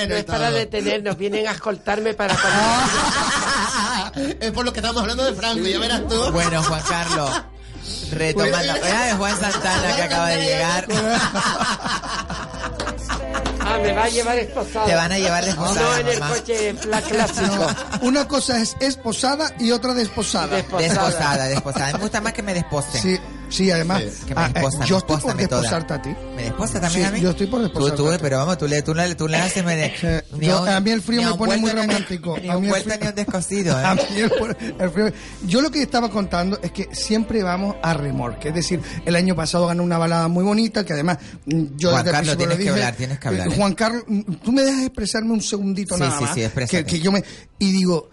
No es para detenernos, vienen a escoltarme para. es por lo que estamos hablando de Franco, ya verás tú. Bueno, Juan Carlos, retomando. Era de Pues, Juan Santana que acaba de llegar. Ah, me va a llevar esposado. Te van a llevar desposado, No en el mamá. coche la clásico. No, una cosa es esposada y otra desposada. Desposada, desposada. Me gusta más que me desposten. Sí, sí, además. Que me ah, eh, desposan, yo estoy por despóstame toda. desposarte a ti. ¿Me desposta también Sí, a mí? Yo estoy por Tú, desposarte. tú, pero vamos, tú le, tú le, tú le haces... Me de, ni Yo- un- a mí el frío ni a me un pone muy vuelto ni- romántico. Ni A mí un el vuelto frío- ni un descosido, A ¿eh? mí el frío- el frío- Yo lo que estaba contando es que siempre vamos a remorque. Es decir, el año pasado ganó una balada muy bonita que además mm, yo Juan desde el Carlos, principio tienes lo que dije, hablar, tienes que hablar, eh, ¿eh? Juan Carlos, mm, tú me dejas expresarme un segundito Sí, nada sí, más. sí, exprésate. que, que yo me y digo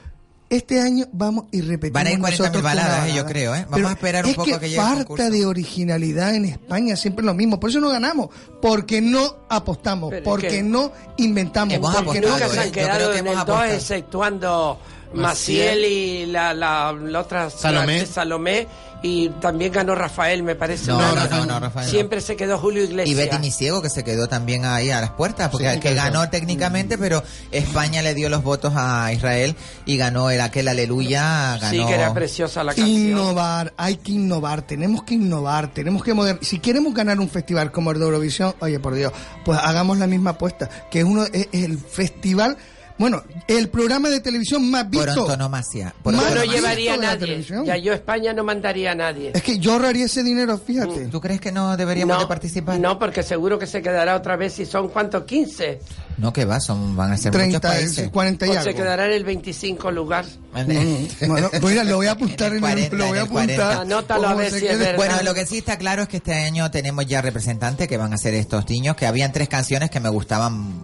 este año vamos y repetimos Van a ir 40.000 nosotros una baladas, eh, balada. yo creo, ¿eh? Vamos Pero a esperar un es poco que a que llegue el concurso. falta de originalidad en España siempre lo mismo. Por eso no ganamos, porque no apostamos, Pero es porque que no inventamos, porque no nunca se ¿eh? han quedado en el 2, exceptuando Maciel y la, la, la otra Salomé. la- Salomé, y también ganó Rafael, me parece. No, Una- no, no, no, Rafael no. Siempre se quedó Julio Y Iglesias. Betty mi ciego que se quedó también ahí a las puertas, porque Sí, que claro. ganó técnicamente, pero España le dio los votos a Israel y ganó el aquel aleluya, ganó. Sí, que era preciosa la canción. Innovar, hay que innovar, tenemos que innovar, tenemos que modernar. Si queremos ganar un festival como el de Eurovisión, oye, por Dios, pues hagamos la misma apuesta, que es uno es, es el festival, bueno, el programa de televisión más por visto. antonomasia. Por Yo no antonomasia. llevaría a de la nadie. televisión. Ya yo a España no mandaría a nadie. Es que yo ahorraría ese dinero, fíjate. ¿Tú crees que no deberíamos de participar? No, porque seguro que se quedará otra vez si son cuántos, 15. No, que va, son, van a ser 30, muchos países. 40 y O Pues se algo. quedará en el 25 lugar. Mm, Bueno, mira, lo voy a apuntar en el, 40, lo voy a en el 40. apuntar. Anótalo a Como ver se si es quede- verdad. Bueno, lo que sí está claro es que este año tenemos ya representantes que van a ser estos niños, que habían tres canciones que me gustaban,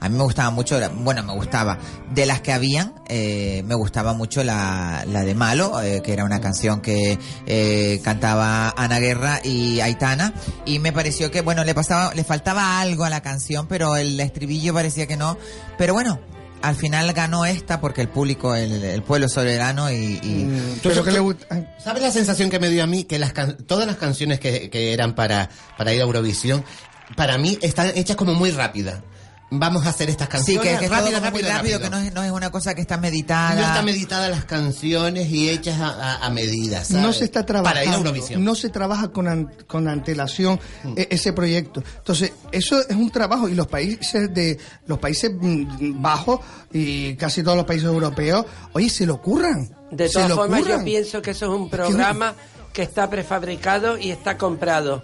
a mí me gustaba mucho, la- bueno, me gustaba, de las que habían, eh, me gustaba mucho la, la de Malo, eh, que era una canción que eh, cantaba Ana Guerra y Aitana, y me pareció que, bueno, le, pasaba, le faltaba algo a la canción, pero el estribillo parecía que no, pero bueno. Al final ganó esta porque el público, el, el pueblo soberano y... y- Pero que le gusta. ay, ¿Sabes Mm, la sensación que me dio a mí? Que las can- todas las canciones que, que eran para, para ir a Eurovisión, para mí están hechas como muy rápidas. Vamos a hacer estas Sí, canciones. que, que es todo rápido, como muy rápido, rápido, que rápido. no es, no es una cosa que está meditada. No están meditadas las canciones y hechas a, a- a medida. ¿sabes? No se está trabajando. Para ir a Eurovisión. Mm. No se trabaja con, an- con antelación eh, ese proyecto. Entonces, eso es un trabajo. Y los países de los países mm, bajos y casi todos los países europeos, oye, se lo ocurran. De se todas lo formas, yo ocurran. pienso que eso es un programa que está prefabricado y está comprado.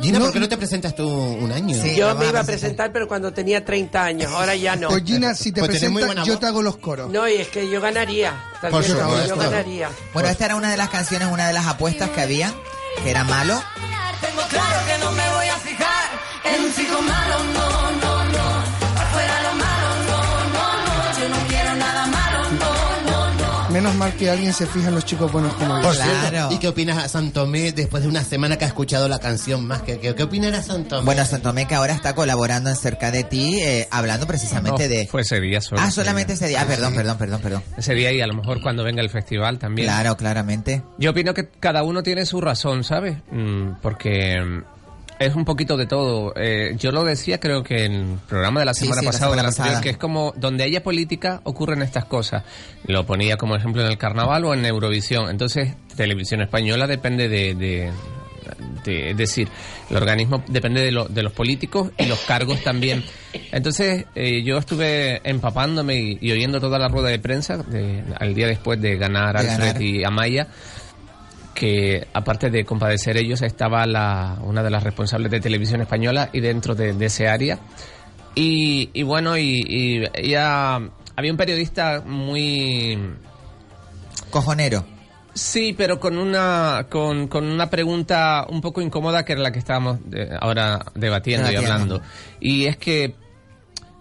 Gina, no- ¿por qué no te presentas tú un año? yo me iba a presentar, pero cuando tenía 30 años, ahora ya no. Pues Gina, si te Pues tenés muy presentas, buena yo voz. te hago los coros. No, y es que yo ganaría. Tal Por vez yo supuesto. ganaría. Bueno, esta era una de las canciones, una de las apuestas que había, que era malo. Tengo claro que no me voy a fijar en un chico malo, no, no, no. Afuera lo malo, no, no, no. Yo no quiero nada malo, no, no, no. Menos mal que alguien se fija en los chicos buenos como yo. Por cierto, ¿Y qué opinas a Santomé después de una semana que ha escuchado la canción más? que ¿Qué, qué opinará Santomé? Bueno, Santomé que ahora está colaborando en Cerca de Ti, eh, hablando precisamente de... Fue ese día Pues solo. Ah, solamente ese día. Ah, perdón, perdón, perdón, perdón. Ese día y a lo mejor cuando venga el festival también. Claro, claramente. Yo opino que cada uno tiene su razón, ¿sabes? Mm, Porque mm, es un poquito de todo. Eh, yo lo decía, creo que en el programa de la Sí, semana sí, la pasada, o de semana la anterior, pasada. que es como donde haya política ocurren estas cosas. Lo ponía como ejemplo en el carnaval o en Eurovisión. Entonces, televisión española depende de. de- de- es decir, el organismo depende de, lo- de los políticos y los cargos también. Entonces, eh, yo estuve empapándome y, y oyendo toda la rueda de prensa de- al día después de ganar De Alfred ganar. y Amaya que aparte de compadecer ellos estaba la, una de las responsables de televisión española y dentro de, de ese área y, y bueno y, y ella- había un periodista muy Cojonero. sí pero con una con, con una pregunta un poco incómoda que era la que estábamos de- ahora debatiendo y Debatiendo. hablando y es que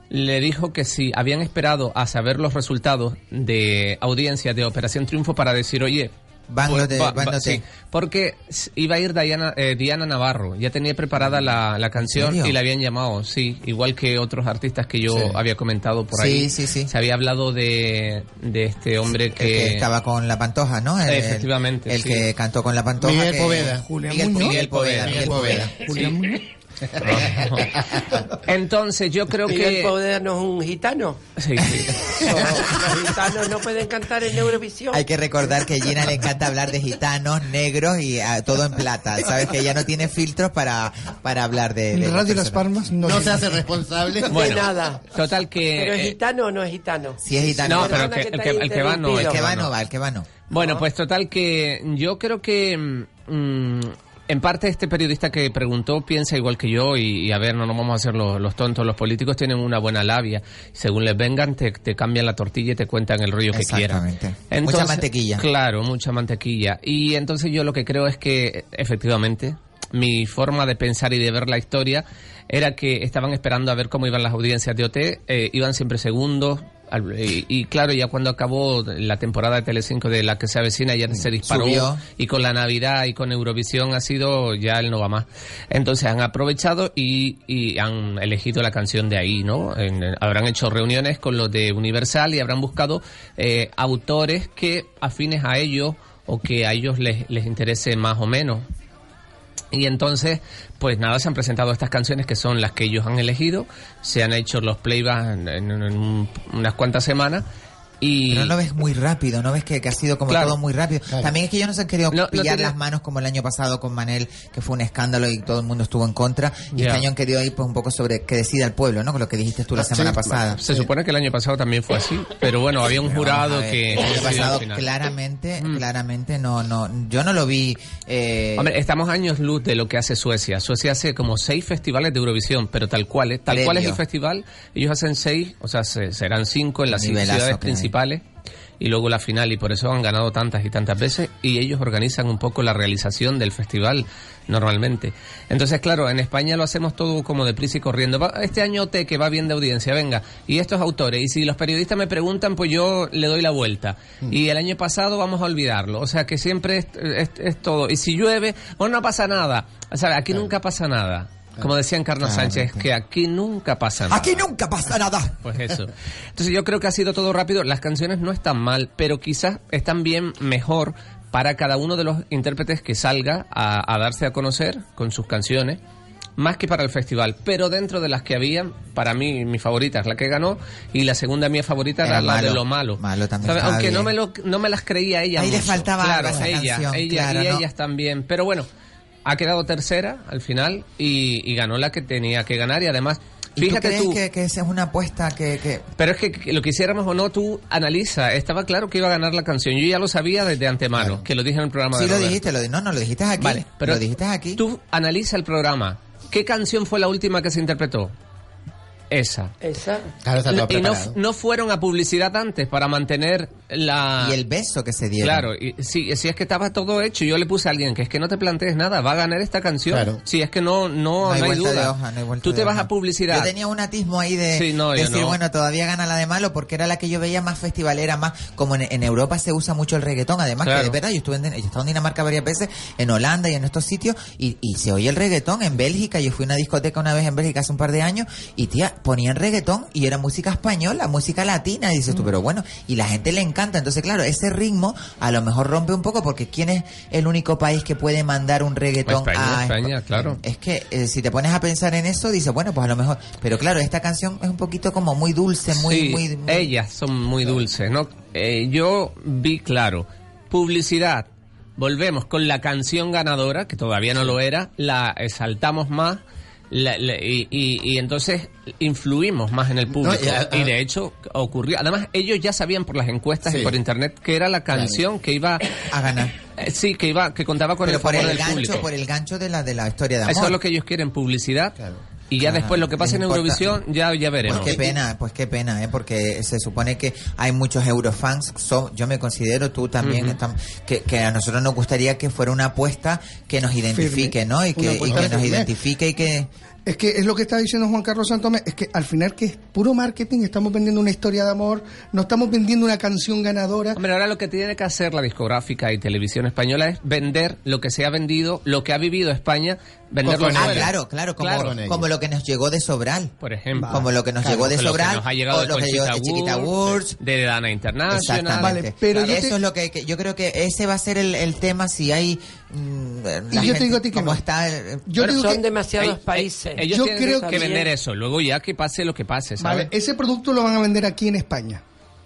le dijo que si habían esperado a saber los resultados de audiencia de Operación Triunfo para decir, oye, Van Pues, Lotte- va- Van va- Lotte. sí, porque s- iba a ir Diana, eh, Diana Navarro, ya tenía preparada la, la canción Mm. serio? y la habían llamado, sí, igual que otros artistas que yo Sí. había comentado por Sí, ahí. sí, Se había hablado de, de este hombre El que Eh, que... estaba con la Pantoja, ¿no? El, Efectivamente, Eh, El sí. que cantó con la Pantoja. Miguel que- Poveda. Miguel, Miguel Poveda. Miguel Poveda. Julián Entonces yo creo Miguel que... Poveda no es un gitano. Sí, sí. Los gitanos no pueden cantar en Eurovisión. Hay que recordar que a Gina le encanta hablar de gitanos, negros y ah, todo en plata. Sabes que ella no tiene filtros para, para hablar de... de Radio personas. Las Palmas no, No llega. se hace responsable de nada. Total que... ¿Pero es eh, gitano o no es gitano? Si es gitano. No, pero el que, el que- el que va no. El que va no va, el que va no. Bueno, pues total que yo creo que mm, en parte este periodista que preguntó piensa igual que yo y, y a ver, no nos vamos a hacer los, los tontos, los políticos tienen una buena labia. Según les vengan, te, te cambian la tortilla y te cuentan el rollo que quieran. Exactamente. Entonces- Mucha mantequilla. Claro, mucha mantequilla. Y entonces yo lo que creo es que efectivamente mi forma de pensar y de ver la historia era que estaban esperando a ver cómo iban las audiencias de OT, eh, iban siempre segundos. al- Y, y claro, ya cuando acabó la temporada de Telecinco de la que se avecina, ya se disparó Subió. y con la Navidad y con Eurovisión ha sido ya el no va más. Entonces han aprovechado y, y han elegido la canción de ahí, ¿no? En- en- habrán hecho reuniones con los de Universal y habrán buscado eh, autores que afines a ellos o que a ellos les, les interese más o menos. Y entonces, pues nada, se han presentado estas canciones que son las que ellos han elegido, se han hecho los playbacks en, en- en un- unas cuantas semanas y... Pero no ves muy rápido, no ves que, que ha sido como Claro. todo muy rápido. Claro. También es que ellos no se han querido No, no pillar tiene- las manos como el año pasado con Manel, que fue un escándalo y todo el mundo estuvo en contra. Y Ya. este año han querido ir pues, un poco sobre que decida el pueblo, ¿no? Con lo que dijiste tú la Sí, semana pasada. Se supone que el año pasado también fue así, pero bueno, había un Pero jurado vamos a ver, que... el año decidió al pasado final. Mm. claramente, claramente no, no, yo no lo vi. eh, Hombre, estamos años luz de lo que hace Suecia. Suecia hace como seis festivales de Eurovisión, pero tal cual, ¿eh? tal cual es el Previo. festival. Ellos hacen seis, o sea, se- serán cinco en las cinco Nivelazo ciudades que hay. principales y luego la final y por eso han ganado tantas y tantas veces y ellos organizan un poco la realización del festival normalmente. Entonces, claro, en España lo hacemos todo como deprisa y corriendo. Va- Este año te que va bien de audiencia, venga. Y estos autores, y si los periodistas me preguntan, pues yo le doy la vuelta. Y el año pasado vamos a olvidarlo. O sea, que siempre es, es- es todo. Y si llueve, pues no pasa nada. O sea, aquí nunca pasa nada. Como decía Encarna Sánchez, que aquí nunca pasa nada. Aquí nunca pasa nada. Pues eso. Entonces yo creo que ha sido todo rápido. Las canciones no están mal, pero quizás están bien mejor para cada uno de los intérpretes que salga a, a darse a conocer con sus canciones, más que para el festival. Pero dentro de las que había, para mí mi favorita es la que ganó y la segunda mía favorita era, Era la de malo. lo malo. también ¿Sabe? estaba Aunque no bien. me, lo, no me las creía ella. Ahí le mucho. faltaba claro, algo a esa ella, canción, ella claro, y ¿no? ellas también. Pero bueno, ha quedado tercera al final y, y ganó la que tenía que ganar y además... ¿Y Fíjate tú crees Que, que esa es una apuesta que, que- pero es que que lo quisiéramos o no, tú analiza. Estaba claro que iba a ganar la canción. Yo ya lo sabía desde antemano, que lo dije en el programa Sí de lo Roberto. dijiste, lo di- no, no, lo dijiste aquí. Vale, pero lo dijiste aquí. Tú analiza el programa. ¿Qué canción fue la última que se interpretó? Esa. Esa. Claro, está todo y no, preparado. no fueron a publicidad antes para mantener la... Y el beso que se dieron. Claro, y, si, si es que estaba todo hecho, yo le puse a alguien que es que no te plantees nada, va a ganar esta canción. Claro. Si es que no, no, No hay no hay vuelta duda. de hoja, no hay vuelta tú te de vas hoja. a publicidad. Yo tenía un atismo ahí de Sí, no, yo decir, no. bueno, todavía gana la de malo, porque era la que yo veía más festivalera, más como en, en Europa se usa mucho el reggaetón. Además, Claro. que de verdad, yo estuve en, yo he estado en Dinamarca varias veces, en Holanda y en estos sitios, y, y se oye el reggaetón en Bélgica. Yo fui a una discoteca una vez en Bélgica hace un par de años, y tía, ponían reggaetón y era música española, música latina, y Mm. dices tú, pero bueno, y la gente le encanta. Entonces, claro, ese ritmo a lo mejor rompe un poco, porque ¿quién es el único país que puede mandar un reggaetón España, a España, claro. es que eh, si te pones a pensar en eso, dices, bueno, pues a lo mejor. Pero claro, esta canción es un poquito como muy dulce, muy. Sí, muy, muy- ellas son muy dulces, ¿no? Eh, yo vi claro, publicidad, volvemos con la canción ganadora, que todavía no lo era, la exaltamos más la- la- y, y- y entonces influimos más en el público. y a- y, de hecho ocurrió. Además, ellos ya sabían por las encuestas ah. Sí. y por internet que era la canción que iba Eh, a ganar. sí, que iba, que contaba con pero el por favor el del gancho, público. por el gancho de la de la historia de amor. Eso es lo que ellos quieren, publicidad. Y ya Claro, después lo que pasa en les importa. Eurovisión, ya, ya veremos. Pues qué pena, pues qué pena, ¿eh? porque se supone que hay muchos eurofans, so- yo me considero tú también, Ujú. tam- que, que a nosotros nos gustaría que fuera una apuesta que nos identifique, ¿no? Y Una que, y apuesta que nos firme. identifique y que... Es que es lo que está diciendo Juan Carlos Santomé, es que al final que es puro marketing, estamos vendiendo una historia de amor, no estamos vendiendo una canción ganadora. Hombre, ahora lo que tiene que hacer la discográfica y televisión española es vender lo que se ha vendido, lo que ha vivido España, venderlo ah, fuera. claro, claro, como, como lo que nos llegó de Sobral. Por ejemplo. Como lo que nos llegó de Lo que Sobral, nos ha llegado o de lo que llegó de Conchita Chiquita Wurst. de Dana International. Exactamente. pero Claro. eso es lo que, que yo creo que ese va a ser el, el tema si hay mm, la yo te gente digo a ti que como no. está eh, el- Yo Bueno, digo son demasiado- que- demasiados Ey, ey, países. Ellos Yo tienen creo que que- vender eso. Luego ya que pase lo que pase, ¿sabes? Vale, ese producto lo van a vender aquí en España,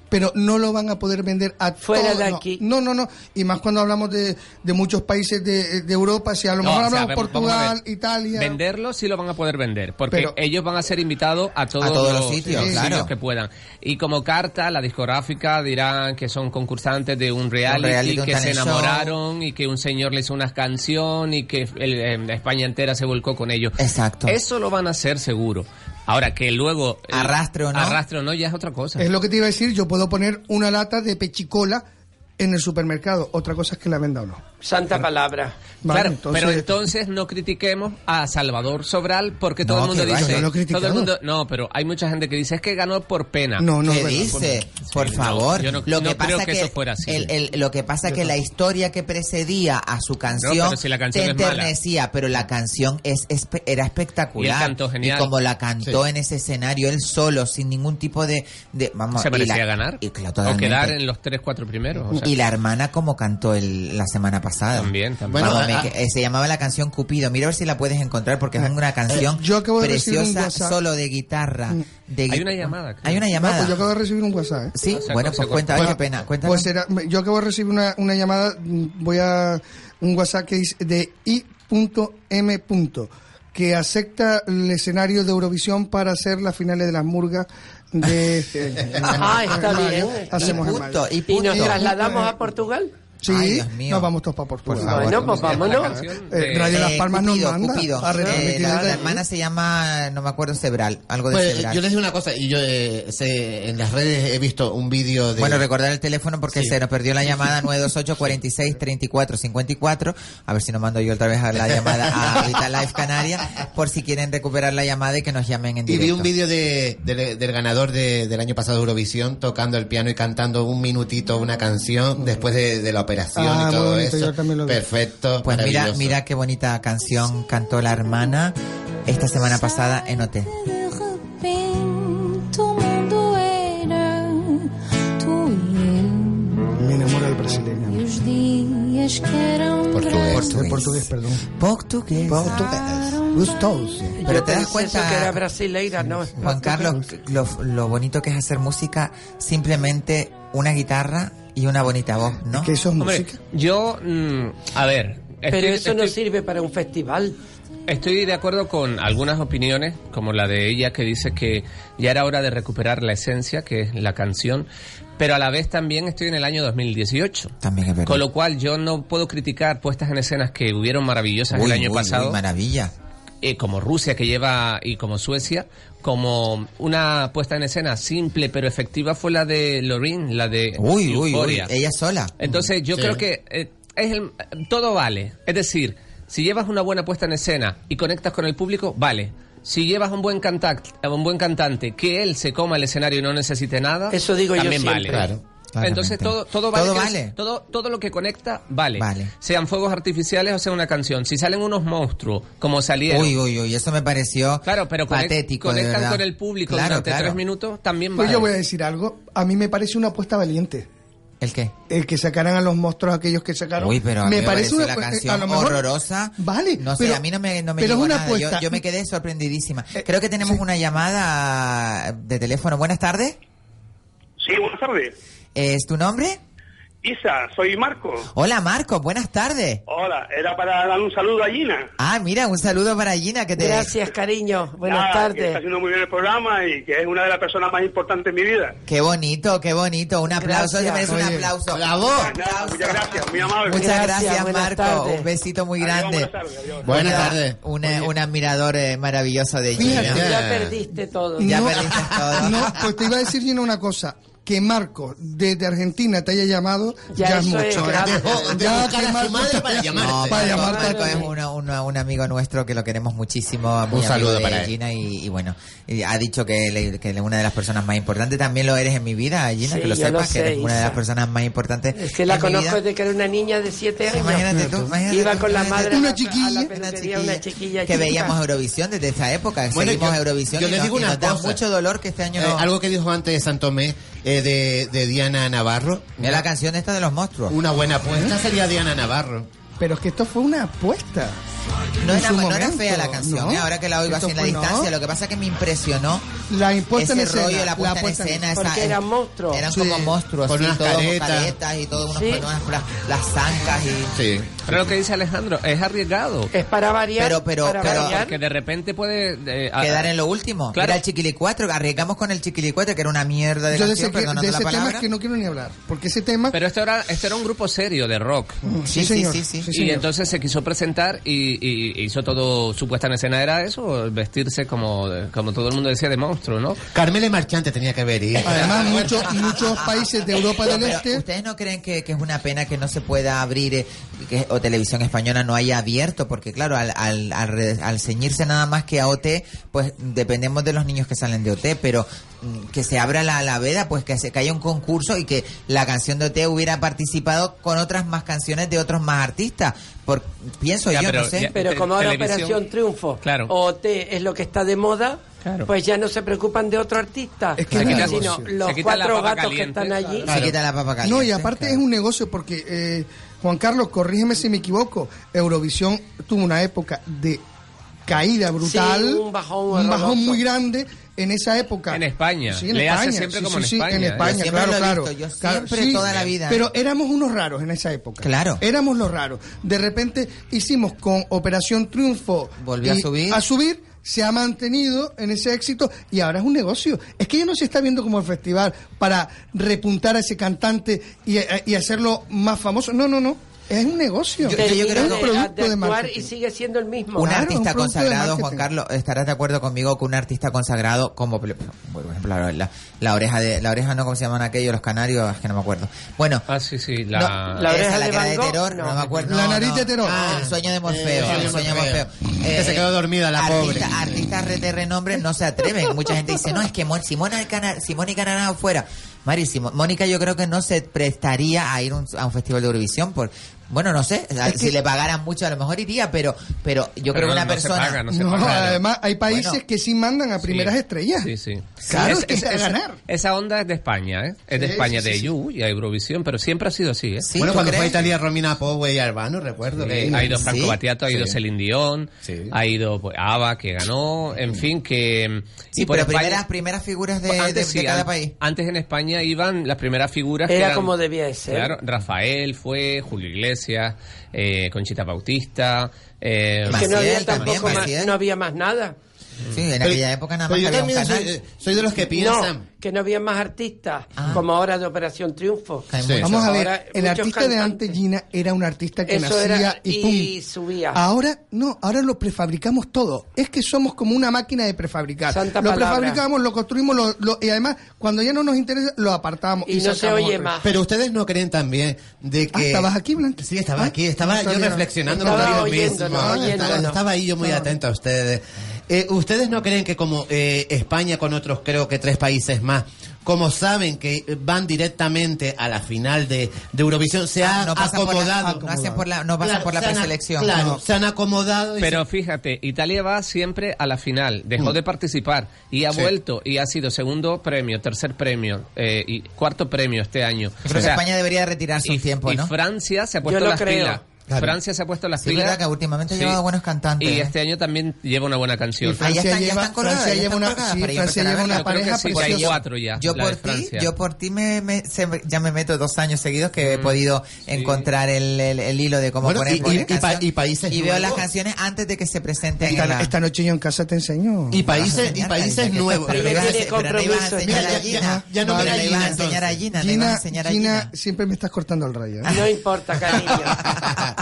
pero no lo van a poder vender a Fuera todo- de no, aquí. No, no, no. Y más cuando hablamos de, de muchos países de, de Europa, si a lo No, mejor o sea, hablamos vamos- vamos a Portugal, ver. Italia. Venderlo sí lo van a poder vender, porque Pero- ellos van a ser invitados a todos, A todos los sitios, claro. que puedan. Y como carta, la discográfica dirán que son concursantes de un reality, reality, un que se talent show. enamoraron y que un señor le hizo una canción y que el- em, España entera se volcó con ellos. Exacto. Eso lo van a hacer seguro. Ahora, que luego... eh, Arrastre o no. Arrastre o no ya es otra cosa. Es lo que te iba a decir, yo puedo poner una lata de pechicola en el supermercado, otra cosa es que la venda o no. Santa palabra. Vale, claro, entonces- pero entonces no critiquemos a Salvador Sobral porque todo No, el mundo que va, dice, yo no he todo el criticado. mundo, no, pero hay mucha gente que dice es que ganó por pena. No, no, ¿Qué bueno, dice? por- Por sí, no, favor. yo no- lo que no pasa creo que eso fuera así. el- eh, el- lo que pasa Yo que la tampoco. historia que precedía a su canción, pero si la canción te es mala. enternecía, pero la canción es, espe- era espectacular. Y él cantó genial. Y como la cantó Sí. en ese escenario él solo, sin ningún tipo de... de- vamos, se y merecía la- ganar y claro, o totalmente. quedar en los tres cuatro primeros. o sea. y la hermana como cantó el, la semana pasada. También, también. Vamos, Bueno, me- ah, que- eh, se llamaba la canción Cupido. Mira a ver si la puedes encontrar porque es una canción yo acabo de recibir un preciosa, WhatsApp. solo de guitarra. de Hay gui- una llamada, creo. Hay una llamada. Mm. No, pues yo acabo de recibir un WhatsApp. ¿eh? Sí, O sea, bueno, se pues cortó. cuenta, qué pena, cuéntanos. Pues era- yo acabo de recibir una, una llamada, mm, voy a un WhatsApp que dice de I.M. que acepta el escenario de Eurovisión para hacer las finales de las murgas de este año. Ah, está Mayo, bien. Hacemos en mayo. y, nos trasladamos a Portugal. Sí, Ay, Dios mío. nos vamos todos para Portugal. Por favor. Bueno, pues vámonos. Eh, Radio Las Palmas nos Cupido, manda Cupido. a Eh, retransmitir la, desde la allí. hermana se llama, no me acuerdo, Sebral. Algo de Pues, Sebral. yo les digo una cosa, y yo eh, sé- en las redes he visto un vídeo de... Bueno, recordar el teléfono porque Sí. se nos perdió la llamada 928-46-34-54. A ver si nos mando yo otra vez a la llamada a Vitalife Canaria por si quieren recuperar la llamada y que nos llamen en Y directo. vi un vídeo de, de- del ganador de- del año pasado de Eurovisión tocando el piano y cantando un minutito una canción después de, de la operación Ah, y muy todo bonito, eso. yo también lo vi. Perfecto. Pues mira, maravilloso. mira qué bonita canción cantó la hermana esta semana pasada en OT. Tout le monde era tu Me enamora el brasileño. e eu. E os dias que eram De portugués, perdón. Portugués. Gustoso. Pero Yo te das pensé eso cuenta, que era brasileira, no. Juan Carlos, lo, lo bonito que es hacer música, simplemente una guitarra y una bonita voz, ¿no? Que eso es Hombre, yo, mm, a ver, Pero eso no estoy- sirve para un festival. Estoy de acuerdo con algunas opiniones, como la de ella que dice que ya era hora de recuperar la esencia, que es la canción, pero a la vez también estoy en el año 2018. También es verdad. Con lo cual yo no puedo criticar puestas en escenas que hubieron maravillosas Uy, el año uy, pasado. uy, maravilla. eh, como Rusia que lleva y como Suecia, como una puesta en escena simple pero efectiva fue la de Lorin, la de Uy, uy, uy, Euphoria. ella sola. Entonces yo Sí. creo que eh, es el- todo vale. Es decir, si llevas una buena puesta en escena y conectas con el público, vale. Si llevas un buen cantante, un buen cantante, que él se coma el escenario y no necesite nada, Eso digo yo también siempre. vale. Claro, claramente. Entonces todo todo vale. Todo que- vale. todo todo lo que conecta vale. Sean fuegos artificiales o sea una canción. Si salen unos monstruos como salieron. Uy, uy, uy, eso me pareció Claro, pero conect- patético. de conectan verdad. con el público Claro, durante claro. tres minutos, también Pues vale. yo voy a decir algo. A mí me parece una apuesta valiente. ¿El qué? El que sacaran a los monstruos aquellos que sacaron. Uy, pero a mí me pareció la eh, canción a lo mejor- horrorosa. Vale. No sé, pero- a mí no me, no me pero es llegó una nada. Yo, apuesta. Eh, yo me quedé sorprendidísima. Creo que tenemos una llamada de teléfono. Buenas tardes. Sí, buenas tardes. ¿Es tu nombre? Isa, soy Marco. Hola, Marcos. Buenas tardes. Hola, era para dar un saludo a Gina. Ah, mira, un saludo para Gina que te... Gracias, cariño. Ah, Nada, Que está haciendo muy bien el programa y que es una de las personas más importantes de mi vida. Qué bonito, qué bonito. Un aplauso, se merece un Oye. aplauso. ¡Bravo! Nada, muchas gracias, muy amable. Muchas gracias, Marco. Un besito muy grande. buenas tardes, adiós. Buenas Buenas tardes. Un, un admirador eh, maravilloso de Gina. Ya perdiste todo. Ya No, perdiste todo. No, pues te iba a decir Gina una cosa. que Marco desde Argentina te haya llamado Ya ya, es eso mucho. es grave. Dejó- Ya dejó que cara a su Marco madre te- para llamarte. No, para Marco, llamarte. Marco es uno- uno- un amigo nuestro que lo queremos muchísimo. muy Un amigo saludo de para él. Gina y, y bueno, y ha dicho que, le- que le- una de las personas más importantes también lo eres en mi vida, Gina, Sí, que lo yo lo sepas, que sé, eres una de las Isa. personas más importantes. Es que la en mi vida. conozco desde que era una niña de 7 años. imagínate tú, imagínate Iba tú, con la imagínate madre tú. a la- Una a la peluquería, una chiquilla. que chiquita. veíamos Eurovisión desde esa época. Bueno, Seguimos yo- Eurovisión yo y les nos- digo y una nos da cosa. mucho dolor que este año Eh, no... algo que dijo antes Santomé eh, de, de Diana Navarro. Mira la canción esta de los monstruos. Una buena apuesta sería Diana Navarro. Pero es que esto fue una apuesta. No En era, su no era momento, fea la canción, ¿no? ¿eh? ahora que la oigo Esto así en la fue- no. distancia, lo que pasa es que me impresionó La impuesta ese en escena, rollo, la puesta, en escena, esa- Porque eh, Eran como monstruos, Con así, unas todos con caretas. caretas y todas unas, unas- unas- las zancas y... Sí. Pero lo que dice Alejandro es arriesgado. Es para variar. Pero- pero- para pero- variar. Porque de repente puede... eh, a- Quedar en lo último. Claro. Era el Chiquili 4, arriesgamos con el Chiquili 4, que era una mierda de Yo de canción, ese, que- perdonando de ese la tema palabra. es que no quiero ni hablar, porque ese tema... Mm, Pero esto era, esto era un grupo serio de rock. Sí, sí, señor. sí, sí, sí, Y señor. entonces se quiso presentar y, y hizo todo su puesta en escena. Era eso, vestirse como, como todo el mundo decía, de monstruo, ¿no? Ah, Carmele Marchante tenía que ver. ¿eh? Además, muchos, muchos países de Europa del No, pero Este... ¿Ustedes no creen que, que es una pena que no se pueda abrir eh, que- o televisión española no haya abierto? Porque claro, al, al, al re- al ceñirse nada más que a OT, pues dependemos de los niños que salen de OT, pero mm, que se abra la, la veda, pues que, se, que haya un concurso y que la canción de OT hubiera participado con otras más canciones de otros más artistas. Por, pienso Ya, yo, pero- no sé. ya, eh, Pero como ahora Operación Triunfo Claro. o T es lo que está de moda, pues ya no se preocupan de otro artista, que es un sino negocio. los Se quita la cuatro papa gatos caliente, que están allí. Se quita la papa caliente. No, y aparte es un negocio porque, eh, Juan Carlos, corrígeme si me equivoco, Eurovisión tuvo una época de caída brutal, Sí, un bajón un bajón horroroso. muy grande en esa época. En España. Sí, en Le hace España. siempre sí, como sí, en sí, España. ¿eh? en Yo España, siempre claro, lo he claro. visto, yo Claro, siempre, toda la vida. Pero éramos unos raros en esa época. Claro. Éramos los raros. De repente hicimos con Operación Triunfo. Volvió a y- subir. A subir. Se ha mantenido en ese éxito y ahora es un negocio. Es que ya no se está viendo como el festival para repuntar a ese cantante y, eh, y hacerlo más famoso. No, no, no. Es un negocio. Termina es un de- de producto de, actuar marketing. y sigue siendo el mismo. Un Claro, artista un producto de consagrado, Juan marketing. Carlos, estarás de acuerdo conmigo que un artista consagrado, como por ejemplo la, la- la oreja de, la oreja no, ¿cómo se llaman aquellos? Los canarios, es que no me acuerdo. Bueno. Ah, sí, sí. La, no, esa, la que era de terror, no, me acuerdo. La no, nariz no. de terror. Ah, el sueño de Morfeo. Eh, el sueño de Morfeo. Eh, Que se quedó dormida la artista- pobre. Artistas re- de renombre no se atreven. Mucha gente dice, no, es que Mon- si Mona Alcana- si Mónica Naranjo fuera. Mari, si Mo- Mónica yo creo que no se prestaría a ir un- a un festival de Eurovisión por... Bueno, no sé, si le pagaran mucho a lo mejor iría, pero pero yo creo que una persona... No, además, hay países Bueno. que sí mandan a primeras estrellas. Sí, sí. Claro, Es- es que es- es a esa- ganar. Esa onda es de España, ¿eh? Es de Sí, España, sí, de sí, sí. EU y a Eurovisión, pero siempre ha sido así, ¿eh? bueno, cuando fue a Italia, Romina Powe y Albano, recuerdo. Eh, que ha ido Franco Battiato, ha ido Sí. Celine Dion, ha ido pues, ABBA, que ganó, en fin, que... Sí, pero primeras, primeras figuras de, de- de sí, cada an- país. Antes en España iban las primeras figuras que Era eran- como debía de ser. Claro, Rafael fue, Julio Iglesias, eh, Conchita Bautista... Eh, Que no había tampoco más, no había más nada. Sí, en aquella época nada más pero yo había un también canal. soy- eh, soy de los que piensan- No, que no había más artistas, como ahora de Operación Triunfo. Vamos a ver, Ahora el muchos artista de cantantes- antes, Gina, era un artista que Eso nacía era- y pum. y subía. Ahora, no, ahora lo prefabricamos todo. Es que somos como una máquina de prefabricar. Santa lo palabra. prefabricamos, lo construimos lo, lo- y además, cuando ya no nos interesa, lo apartamos. Y, sacamos otro. Pero ustedes no creen también de que... Ah, ¿estabas aquí, Blanca? Sí, Ah, estaba aquí. Estaba no yo sabía. reflexionando Estaba conmigo oyéndonos, mismo. Ah, oyéndonos. estaba, estaba ahí yo muy Estaba- atento a ustedes. Eh, ¿Ustedes no creen que como eh, España con otros creo que tres países más, como saben que van directamente a la final de, de Eurovisión, se Ah, han no pasan por la- acomodado? no hacen por la- no pasan por la se han- preselección. Claro, No. se han acomodado. y Pero fíjate, Italia va siempre a la final, dejó de participar y ha Sí. vuelto y ha sido segundo premio, tercer premio eh, y cuarto premio este año. Creo que O sea, España debería retirarse un tiempo, y ¿no? Francia se ha Yo puesto lo las creo. pilas. Claro. Francia se ha puesto las Sí, pilas. verdad que últimamente ha Sí. llevado buenos cantantes. Y ¿eh? este año también lleva una buena canción. Ah, ya están, ya están colgadas, Francia ya lleva están una- colgadas sí, para yo Francia empezar a lleva verla. una Yo creo pareja que sí, por ahí preciosa. cuatro ya, Yo la por de ti, Francia. yo por ti me, me- se me- ya me meto dos años seguidos que Mm, he podido encontrar el, el- el hilo de cómo Bueno, poner y- poner y- y pa- canción. y países Y veo las nuevos. canciones antes de que se presenten. en Esta, la- esta noche yo en casa te enseño. Y países, y países nuevos. Pero le ibas a- pero le ibas a enseñar Mira, a ya- Gina. ya- ya no No, me le la ibas Gina, a enseñar a entonces. Gina, le ibas a Gina, enseñar a Gina, Gina. siempre me estás cortando el rayo. ¿eh? No importa, cariño. ¿eh?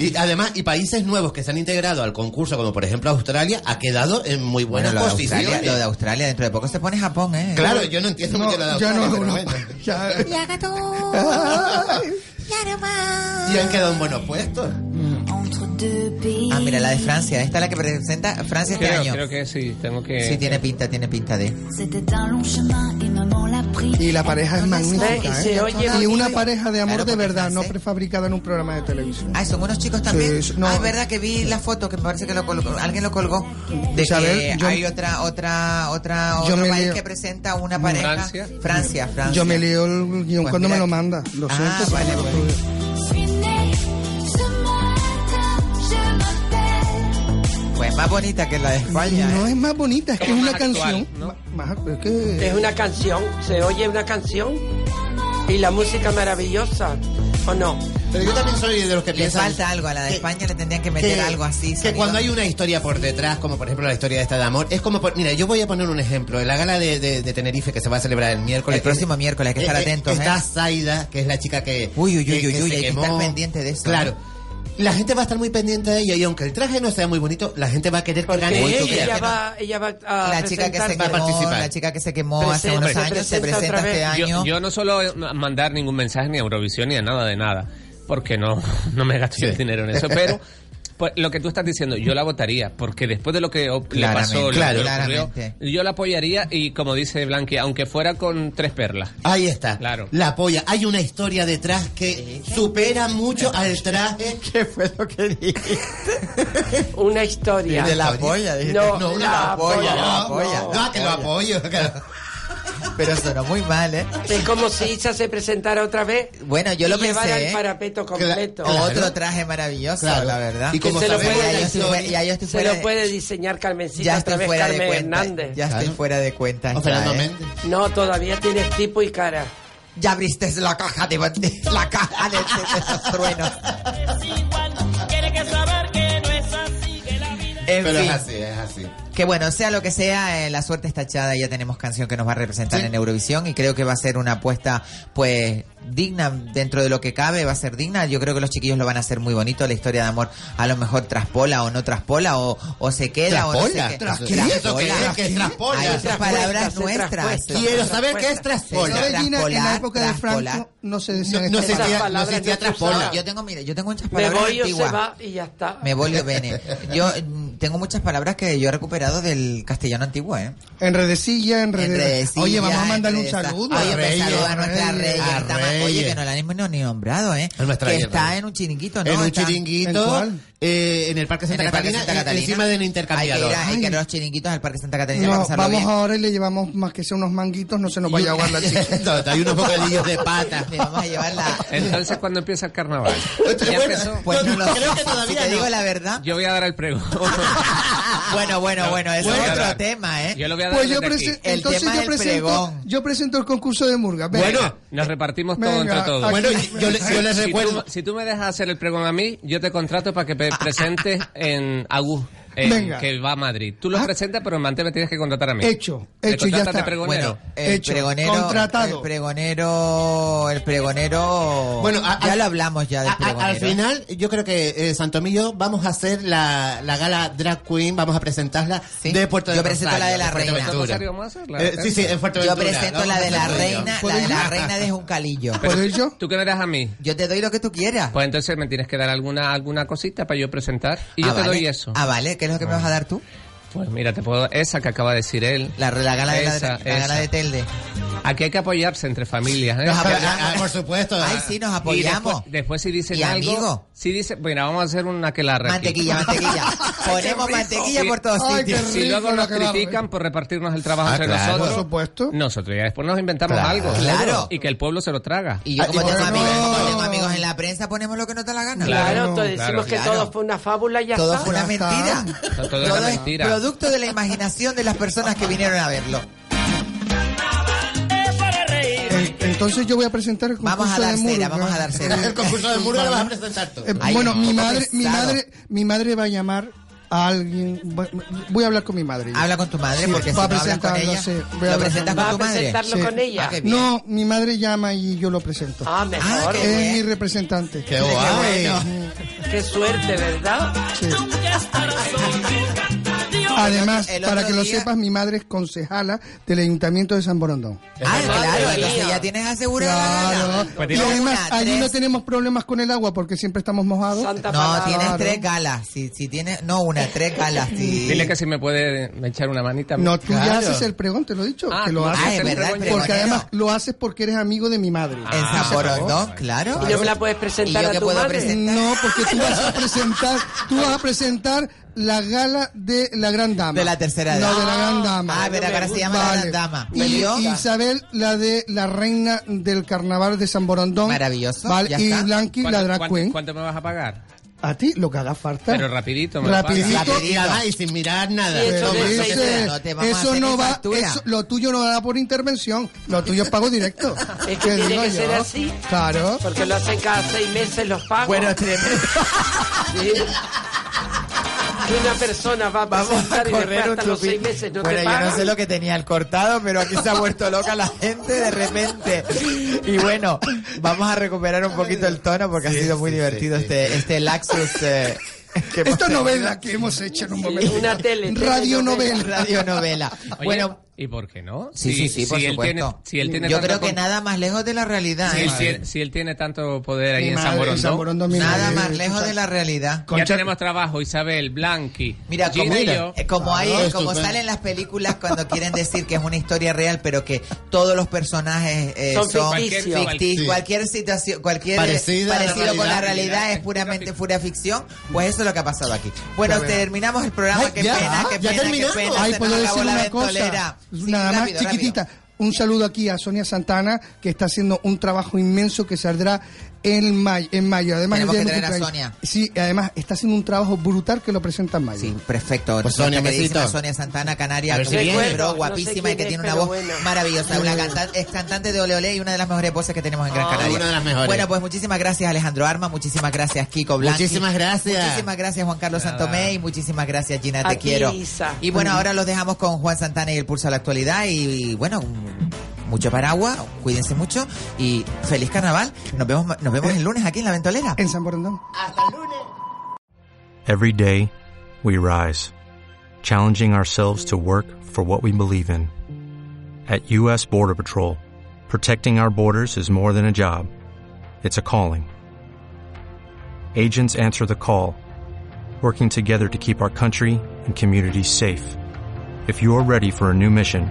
Y además, y países nuevos que se han integrado al concurso, como por ejemplo Australia, ha quedado en muy buena Bueno, lo de, posición. Australia, lo de Australia, dentro de poco se pone Japón, ¿eh? Claro, yo no entiendo mucho lo de ya Australia, no, pero no. bueno. Ya. Y han quedado en buenos puestos. Ah, mira, la de Francia. Esta es la que presenta Francia este Creo, año. creo que sí, tengo que... Sí, tiene pinta, tiene pinta de. C'était un long chemin et maman l'a pris. Y la pareja es magnífica. Y se ¿eh? oye y muy una bien. pareja de amor de verdad, no prefabricada en un programa de televisión. Ah, son unos chicos también. Ah, es verdad que vi la foto que me parece que lo colgó- alguien lo colgó. Pues De Isabel, que yo- hay otra, otra, otra, Yo otro me país leo- que presenta una pareja. Francia. Francia, Francia. Yo me leo el guión Pues cuando mira me lo que- manda. Lo Ah, siento. si vale, no lo bueno. tuve. Pues más bonita que la de España. ¿eh? No es más bonita, es que es una Más actual, canción. ¿no? Más, es que- Es una canción, se oye una canción y la música maravillosa, ¿o no? Pero yo también soy de los que Le piensan- falta algo, a la de que- España le tendrían que meter algo así. Que cuando hay una historia por detrás, como por ejemplo la historia de esta de amor, es como, por- mira, yo voy a poner un ejemplo. En la gala de, de- de Tenerife que se va a celebrar el miércoles. El próximo miércoles, hay que estar Eh, eh, atentos, ¿eh? Está Zaida, que es la chica que. Uy, uy, uy, que- uy, que uy, se hay que quemó. estar pendiente de eso. ¿eh? Claro. La gente va a estar muy pendiente de ella y aunque el traje no sea muy bonito, la gente va a querer que gane Porque mucho, ella, que- va, ella va a La chica que se presentarse. quemó, la chica que se quemó hace Presenta, unos se años se presenta presenta otra este vez. año. Yo, yo no suelo mandar ningún mensaje ni a Eurovisión ni a nada de nada, porque no, no me gasto yo el dinero en eso, pero pues, lo que tú estás diciendo, yo la votaría, porque después de lo que op- le Claramente, pasó, lo que claro, le ocurrió, claramente. yo la apoyaría y como dice Blanqui, aunque fuera con tres perlas. Ahí Ah. está. Claro. La polla. Hay una historia detrás que supera mucho al traje. ¿Qué fue lo que dije? Una historia. De la polla, dijiste. No, No, de la, la polla, polla. de la polla. no. No, que lo apoyo. Pero sonó muy mal, ¿eh? Es como si Isa se presentara otra vez. Bueno, yo y lo pensé, llevara el ¿eh? parapeto completo. Otro traje maravilloso, Claro. la verdad. Y como Que se lo sabemos, puede ya yo dar estoy, Sony, fue- ya yo estoy se fuera lo de- puede diseñar Carmencita ya otra estoy vez fuera de Carmen cuenta. Hernández. Ya estoy fuera de cuenta. ya, Fernando ¿eh? Méndez. No, todavía tienes tipo y cara. Ya abriste la caja de, de- la caja de, de- de esos truenos. Tiene que saber que no es así, que la vida En Pero fin. es así, es así. Que bueno, sea lo que sea, eh, la suerte está echada, ya tenemos canción que nos va a representar en Eurovisión y creo que va a ser una apuesta pues digna dentro de lo que cabe, va a ser digna, yo creo que los chiquillos lo van a hacer muy bonito, la historia de amor a lo mejor traspola o no traspola o, o se queda o no ¿Traspola? se ¿Tras queda. qué? ¿Eso qué es? ¿Qué es traspola? Hay otras Traspuesta, palabras se nuestras. traspuesta. Quiero saber qué es traspola. Se ¿Sabe, Gina, que en la traspolar, época de traspolar. Franco no se decían No- no estas existía- palabras. no existía Palabras no se traspola. usaban. Yo tengo, mire, yo tengo muchas Me palabras voy o se antiguas. va y ya está. Me voy o vene. Yo mm, tengo muchas palabras que yo he recuperado del castellano antiguo, ¿eh. Enredecilla, enrede- Enredecilla, Oye, vamos a mandarle un enredeza. saludo. Oye, pues, Reyes, saludo a nuestra Reyes. Reyes, que está mal. Oye, que no la hemos ni nombrado, ¿eh? Es nuestra que Reyes, está Reyes. en un chiringuito, ¿no? en un Está- chiringuito eh, en el Parque En Santa el Parque Catalina, Santa en- Catalina. encima del Hay intercambiador. que ir, a- hay que ir a los chiringuitos al Parque Santa Catalina para No, pasarlo vamos bien. ahora y le llevamos más que sea unos manguitos, no se nos vaya a aguar la chica. hay unos bocadillos de pata. Le vamos a llevar la... Entonces, ¿cuándo empieza el carnaval? Bueno, Pues no, lo creo que sé. Si todavía te no. digo la verdad... Yo voy a dar el prego. Bueno, bueno, No, bueno, eso bueno, es otro claro. tema, ¿eh? Yo lo voy a dar Pues yo desde aquí. presen- El entonces tema yo del presento, pregón. yo presento el concurso de Murga. Venga. este Venga, nos repartimos todo Venga, entre todos. aquí- Bueno, yo le- yo le Si tú- recuerdo- Si tú me dejas hacer el pregón a mí, yo te contrato para que pe- presentes en Agus, en- Ah. Venga. Ah. que va a Madrid. Tú lo presentas, pero en Mante me tienes que contratar a mí. Hecho, Me hecho, ya contratas de está. pregonero. Bueno, El pregonero, el pregonero, el pregonero. Bueno, a- ya al- lo hablamos ya del A- pregonero. ¿eh? al final, yo creo que eh, Santomillo vamos a hacer la, la gala Drag Queen, vamos a presentarla de Puerto Yo de presento Rosario, la de la en reina. Fuerteventura. Eh, sí, sí, en Fuerteventura. Yo presento Vamos la a de la hacerlo yo. reina, la de la reina de Juncalillo. Pero tú, ¿Tú qué me das a mí? Yo te doy lo que tú quieras. Pues entonces me tienes que dar alguna alguna cosita para yo presentar y yo Ah, te vale. doy eso. Ah, vale, ¿qué es lo que me vas a dar tú? Pues mira, te puedo esa que acaba de decir él. La, la gala de la- la gala de Telde. Aquí hay que apoyarse entre familias, ¿eh? Nos Ah, apoyamos. por supuesto. Ay, sí, nos Y apoyamos. después, después si dicen Y algo, amigos. si dicen, mira, vamos a hacer una que la Mantequilla, mantequilla. Ponemos mantequilla por todos sitios. Si luego nos critican por repartirnos el trabajo Ah, entre claro. nosotros, Por supuesto. Nosotros ya después nos inventamos Claro. algo, Claro. y que el pueblo se lo traga. Ah, Y yo como tengo, amigos, como tengo amigos en la prensa, ponemos lo que no te la gana. Claro, Claro, Entonces decimos que Claro. todo fue una fábula y ya Todo está. fue una mentira. Todo, Todo, es una es mentira. producto de la imaginación de las personas que vinieron a verlo. En- Entonces yo voy a presentar el concurso Vamos a dar de cera, Murga. vamos a dar cera. El concurso de Murga lo vas a presentar tú. Eh, Ay, bueno, un mi poco madre, mi pesado. madre, mi madre va a llamar a alguien. Voy a hablar con mi madre. Habla con tu madre, porque si no hablas con ella, ¿lo presentas con tu madre? Sí. Ah, qué bien. No, mi madre llama y yo lo presento. Ah, mejor. Es qué mi representante. Qué guay. Qué suerte, ¿verdad? Además, El otro para que lo día- sepas, mi madre es concejala del Ayuntamiento de San Borondón. Ah, claro, entonces ya tienes asegurada la gala. Pues Pues Y además, Una, allí no tres. tenemos problemas con el agua porque siempre estamos mojados. No, tienes tres galas. Si, si tienes, no, una, tres galas. Si... Dile que si me puede echar una manita. No, tú Claro. ya haces el pregón, te lo he dicho. Ah, que lo tú haces. haces el verdad, pregón. Ah, el porque pregonero. además lo haces porque eres amigo de mi madre. En San Borondón, claro. ¿Y no me la puedes presentar ¿Y yo a qué tu puedo madre? presentar? No, porque tú vas a presentar, tú vas a presentar la gala de la gran dama. De la tercera No, edad. de la gran dama. Ah, pero ahora se llama la gran dama. Y, Me y gusta. Isabel, la de la reina del carnaval de San Borondón. Maravilloso, Vale, ya y está. Blanqui, la ¿Cuánto- drag cuánto- queen. ¿Cuánto me vas a pagar? A ti, lo que haga falta. Pero rapidito, me lo Rapidito. pagas. Rapidito. Y además, y sin mirar nada. Pero Toma, dice, eso que sea, no te vamos a eso hacer no ni va, factura. eso- lo tuyo no va por intervención, lo tuyo es pago directo. Es que tiene digo que yo. ser así. Claro. Porque lo hacen cada seis meses los pagos. Bueno, tremendo. Sí. Que una persona va a Vamos a presentar y correr después un hasta los seis chupito. meses no Bueno, te yo pagan. no sé lo que tenía el cortado, pero aquí se ha vuelto loca la gente de repente. Y bueno, vamos a recuperar un poquito el tono porque ha sido muy divertido este, este laxus. eh, que hemos Esta tenido. novela que hemos hecho en un momento. Una tele, Este Radionovela. Radionovela. Oye, bueno, ¿y por qué no? sí, Si- sí, sí, por si él supuesto. tiene- si él tiene Yo tanta creo que con- nada más lejos de la realidad. Si ¿eh? él, tiene- si él tiene tanto poder ahí Mi en San madre, Borondón. en San Borondón, mi Nada madre. más lejos de la realidad. Ya Concha- tenemos trabajo, Isabel, Blanqui. Mira, como, Gina y mira, yo. eh, como hay, eh, como salen las películas cuando quieren decir que es una historia real, pero que todos los personajes eh, Son son, ficticios. ficticios, Sí. cualquier situación, cualquier Parecida a la parecido con la realidad. realidad es puramente pura ficción. Pues eso es lo que ha pasado aquí. Bueno, Ya veo. terminamos el programa. Ay, qué ya, pena, qué ya pena, terminamos. qué pena. Ay, se puedo nos decir acabó la una ventolera. cosa. Sí, Nada más rápido, rápido. chiquitita. Un saludo aquí a Sonia Santana, que está haciendo un trabajo inmenso que saldrá en mayo. En mayo. Además, Tenemos el que día de mi traer a cumpleaños. Sonia. Sí, además está haciendo un trabajo brutal que lo presenta en mayo. Sí, perfecto. Pues Sonia, Nuestra queridísima besito. Sonia Santana, A Canaria, ver si que viene. es Recuerdo, bro, no sé guapísima y que quién es, tiene una pero voz bueno. maravillosa. Una canta- es cantante de Ole Ole y una de las mejores voces que tenemos en Gran Ah, Canaria. una de las mejores. Bueno, pues muchísimas gracias Alejandro Arma, muchísimas gracias Kiko Blanqui. Muchísimas gracias. Ah. Muchísimas gracias Juan Carlos Nada. Santomé y muchísimas gracias Gina, te A ti, quiero. Isa. Y bueno, Ujú. ahora los dejamos con Juan Santana y el pulso a la actualidad y, y, bueno, mucho paraguas, cuídense mucho y feliz carnaval. Nos vemos nos vemos el lunes aquí en La Ventolera. En San Borondón. Every day, we rise, challenging ourselves to work for what we believe in. At U.S. Border Patrol, protecting our borders is more than a job, it's a calling. Agents answer the call, working together to keep our country and communities safe. If you are ready for a new mission,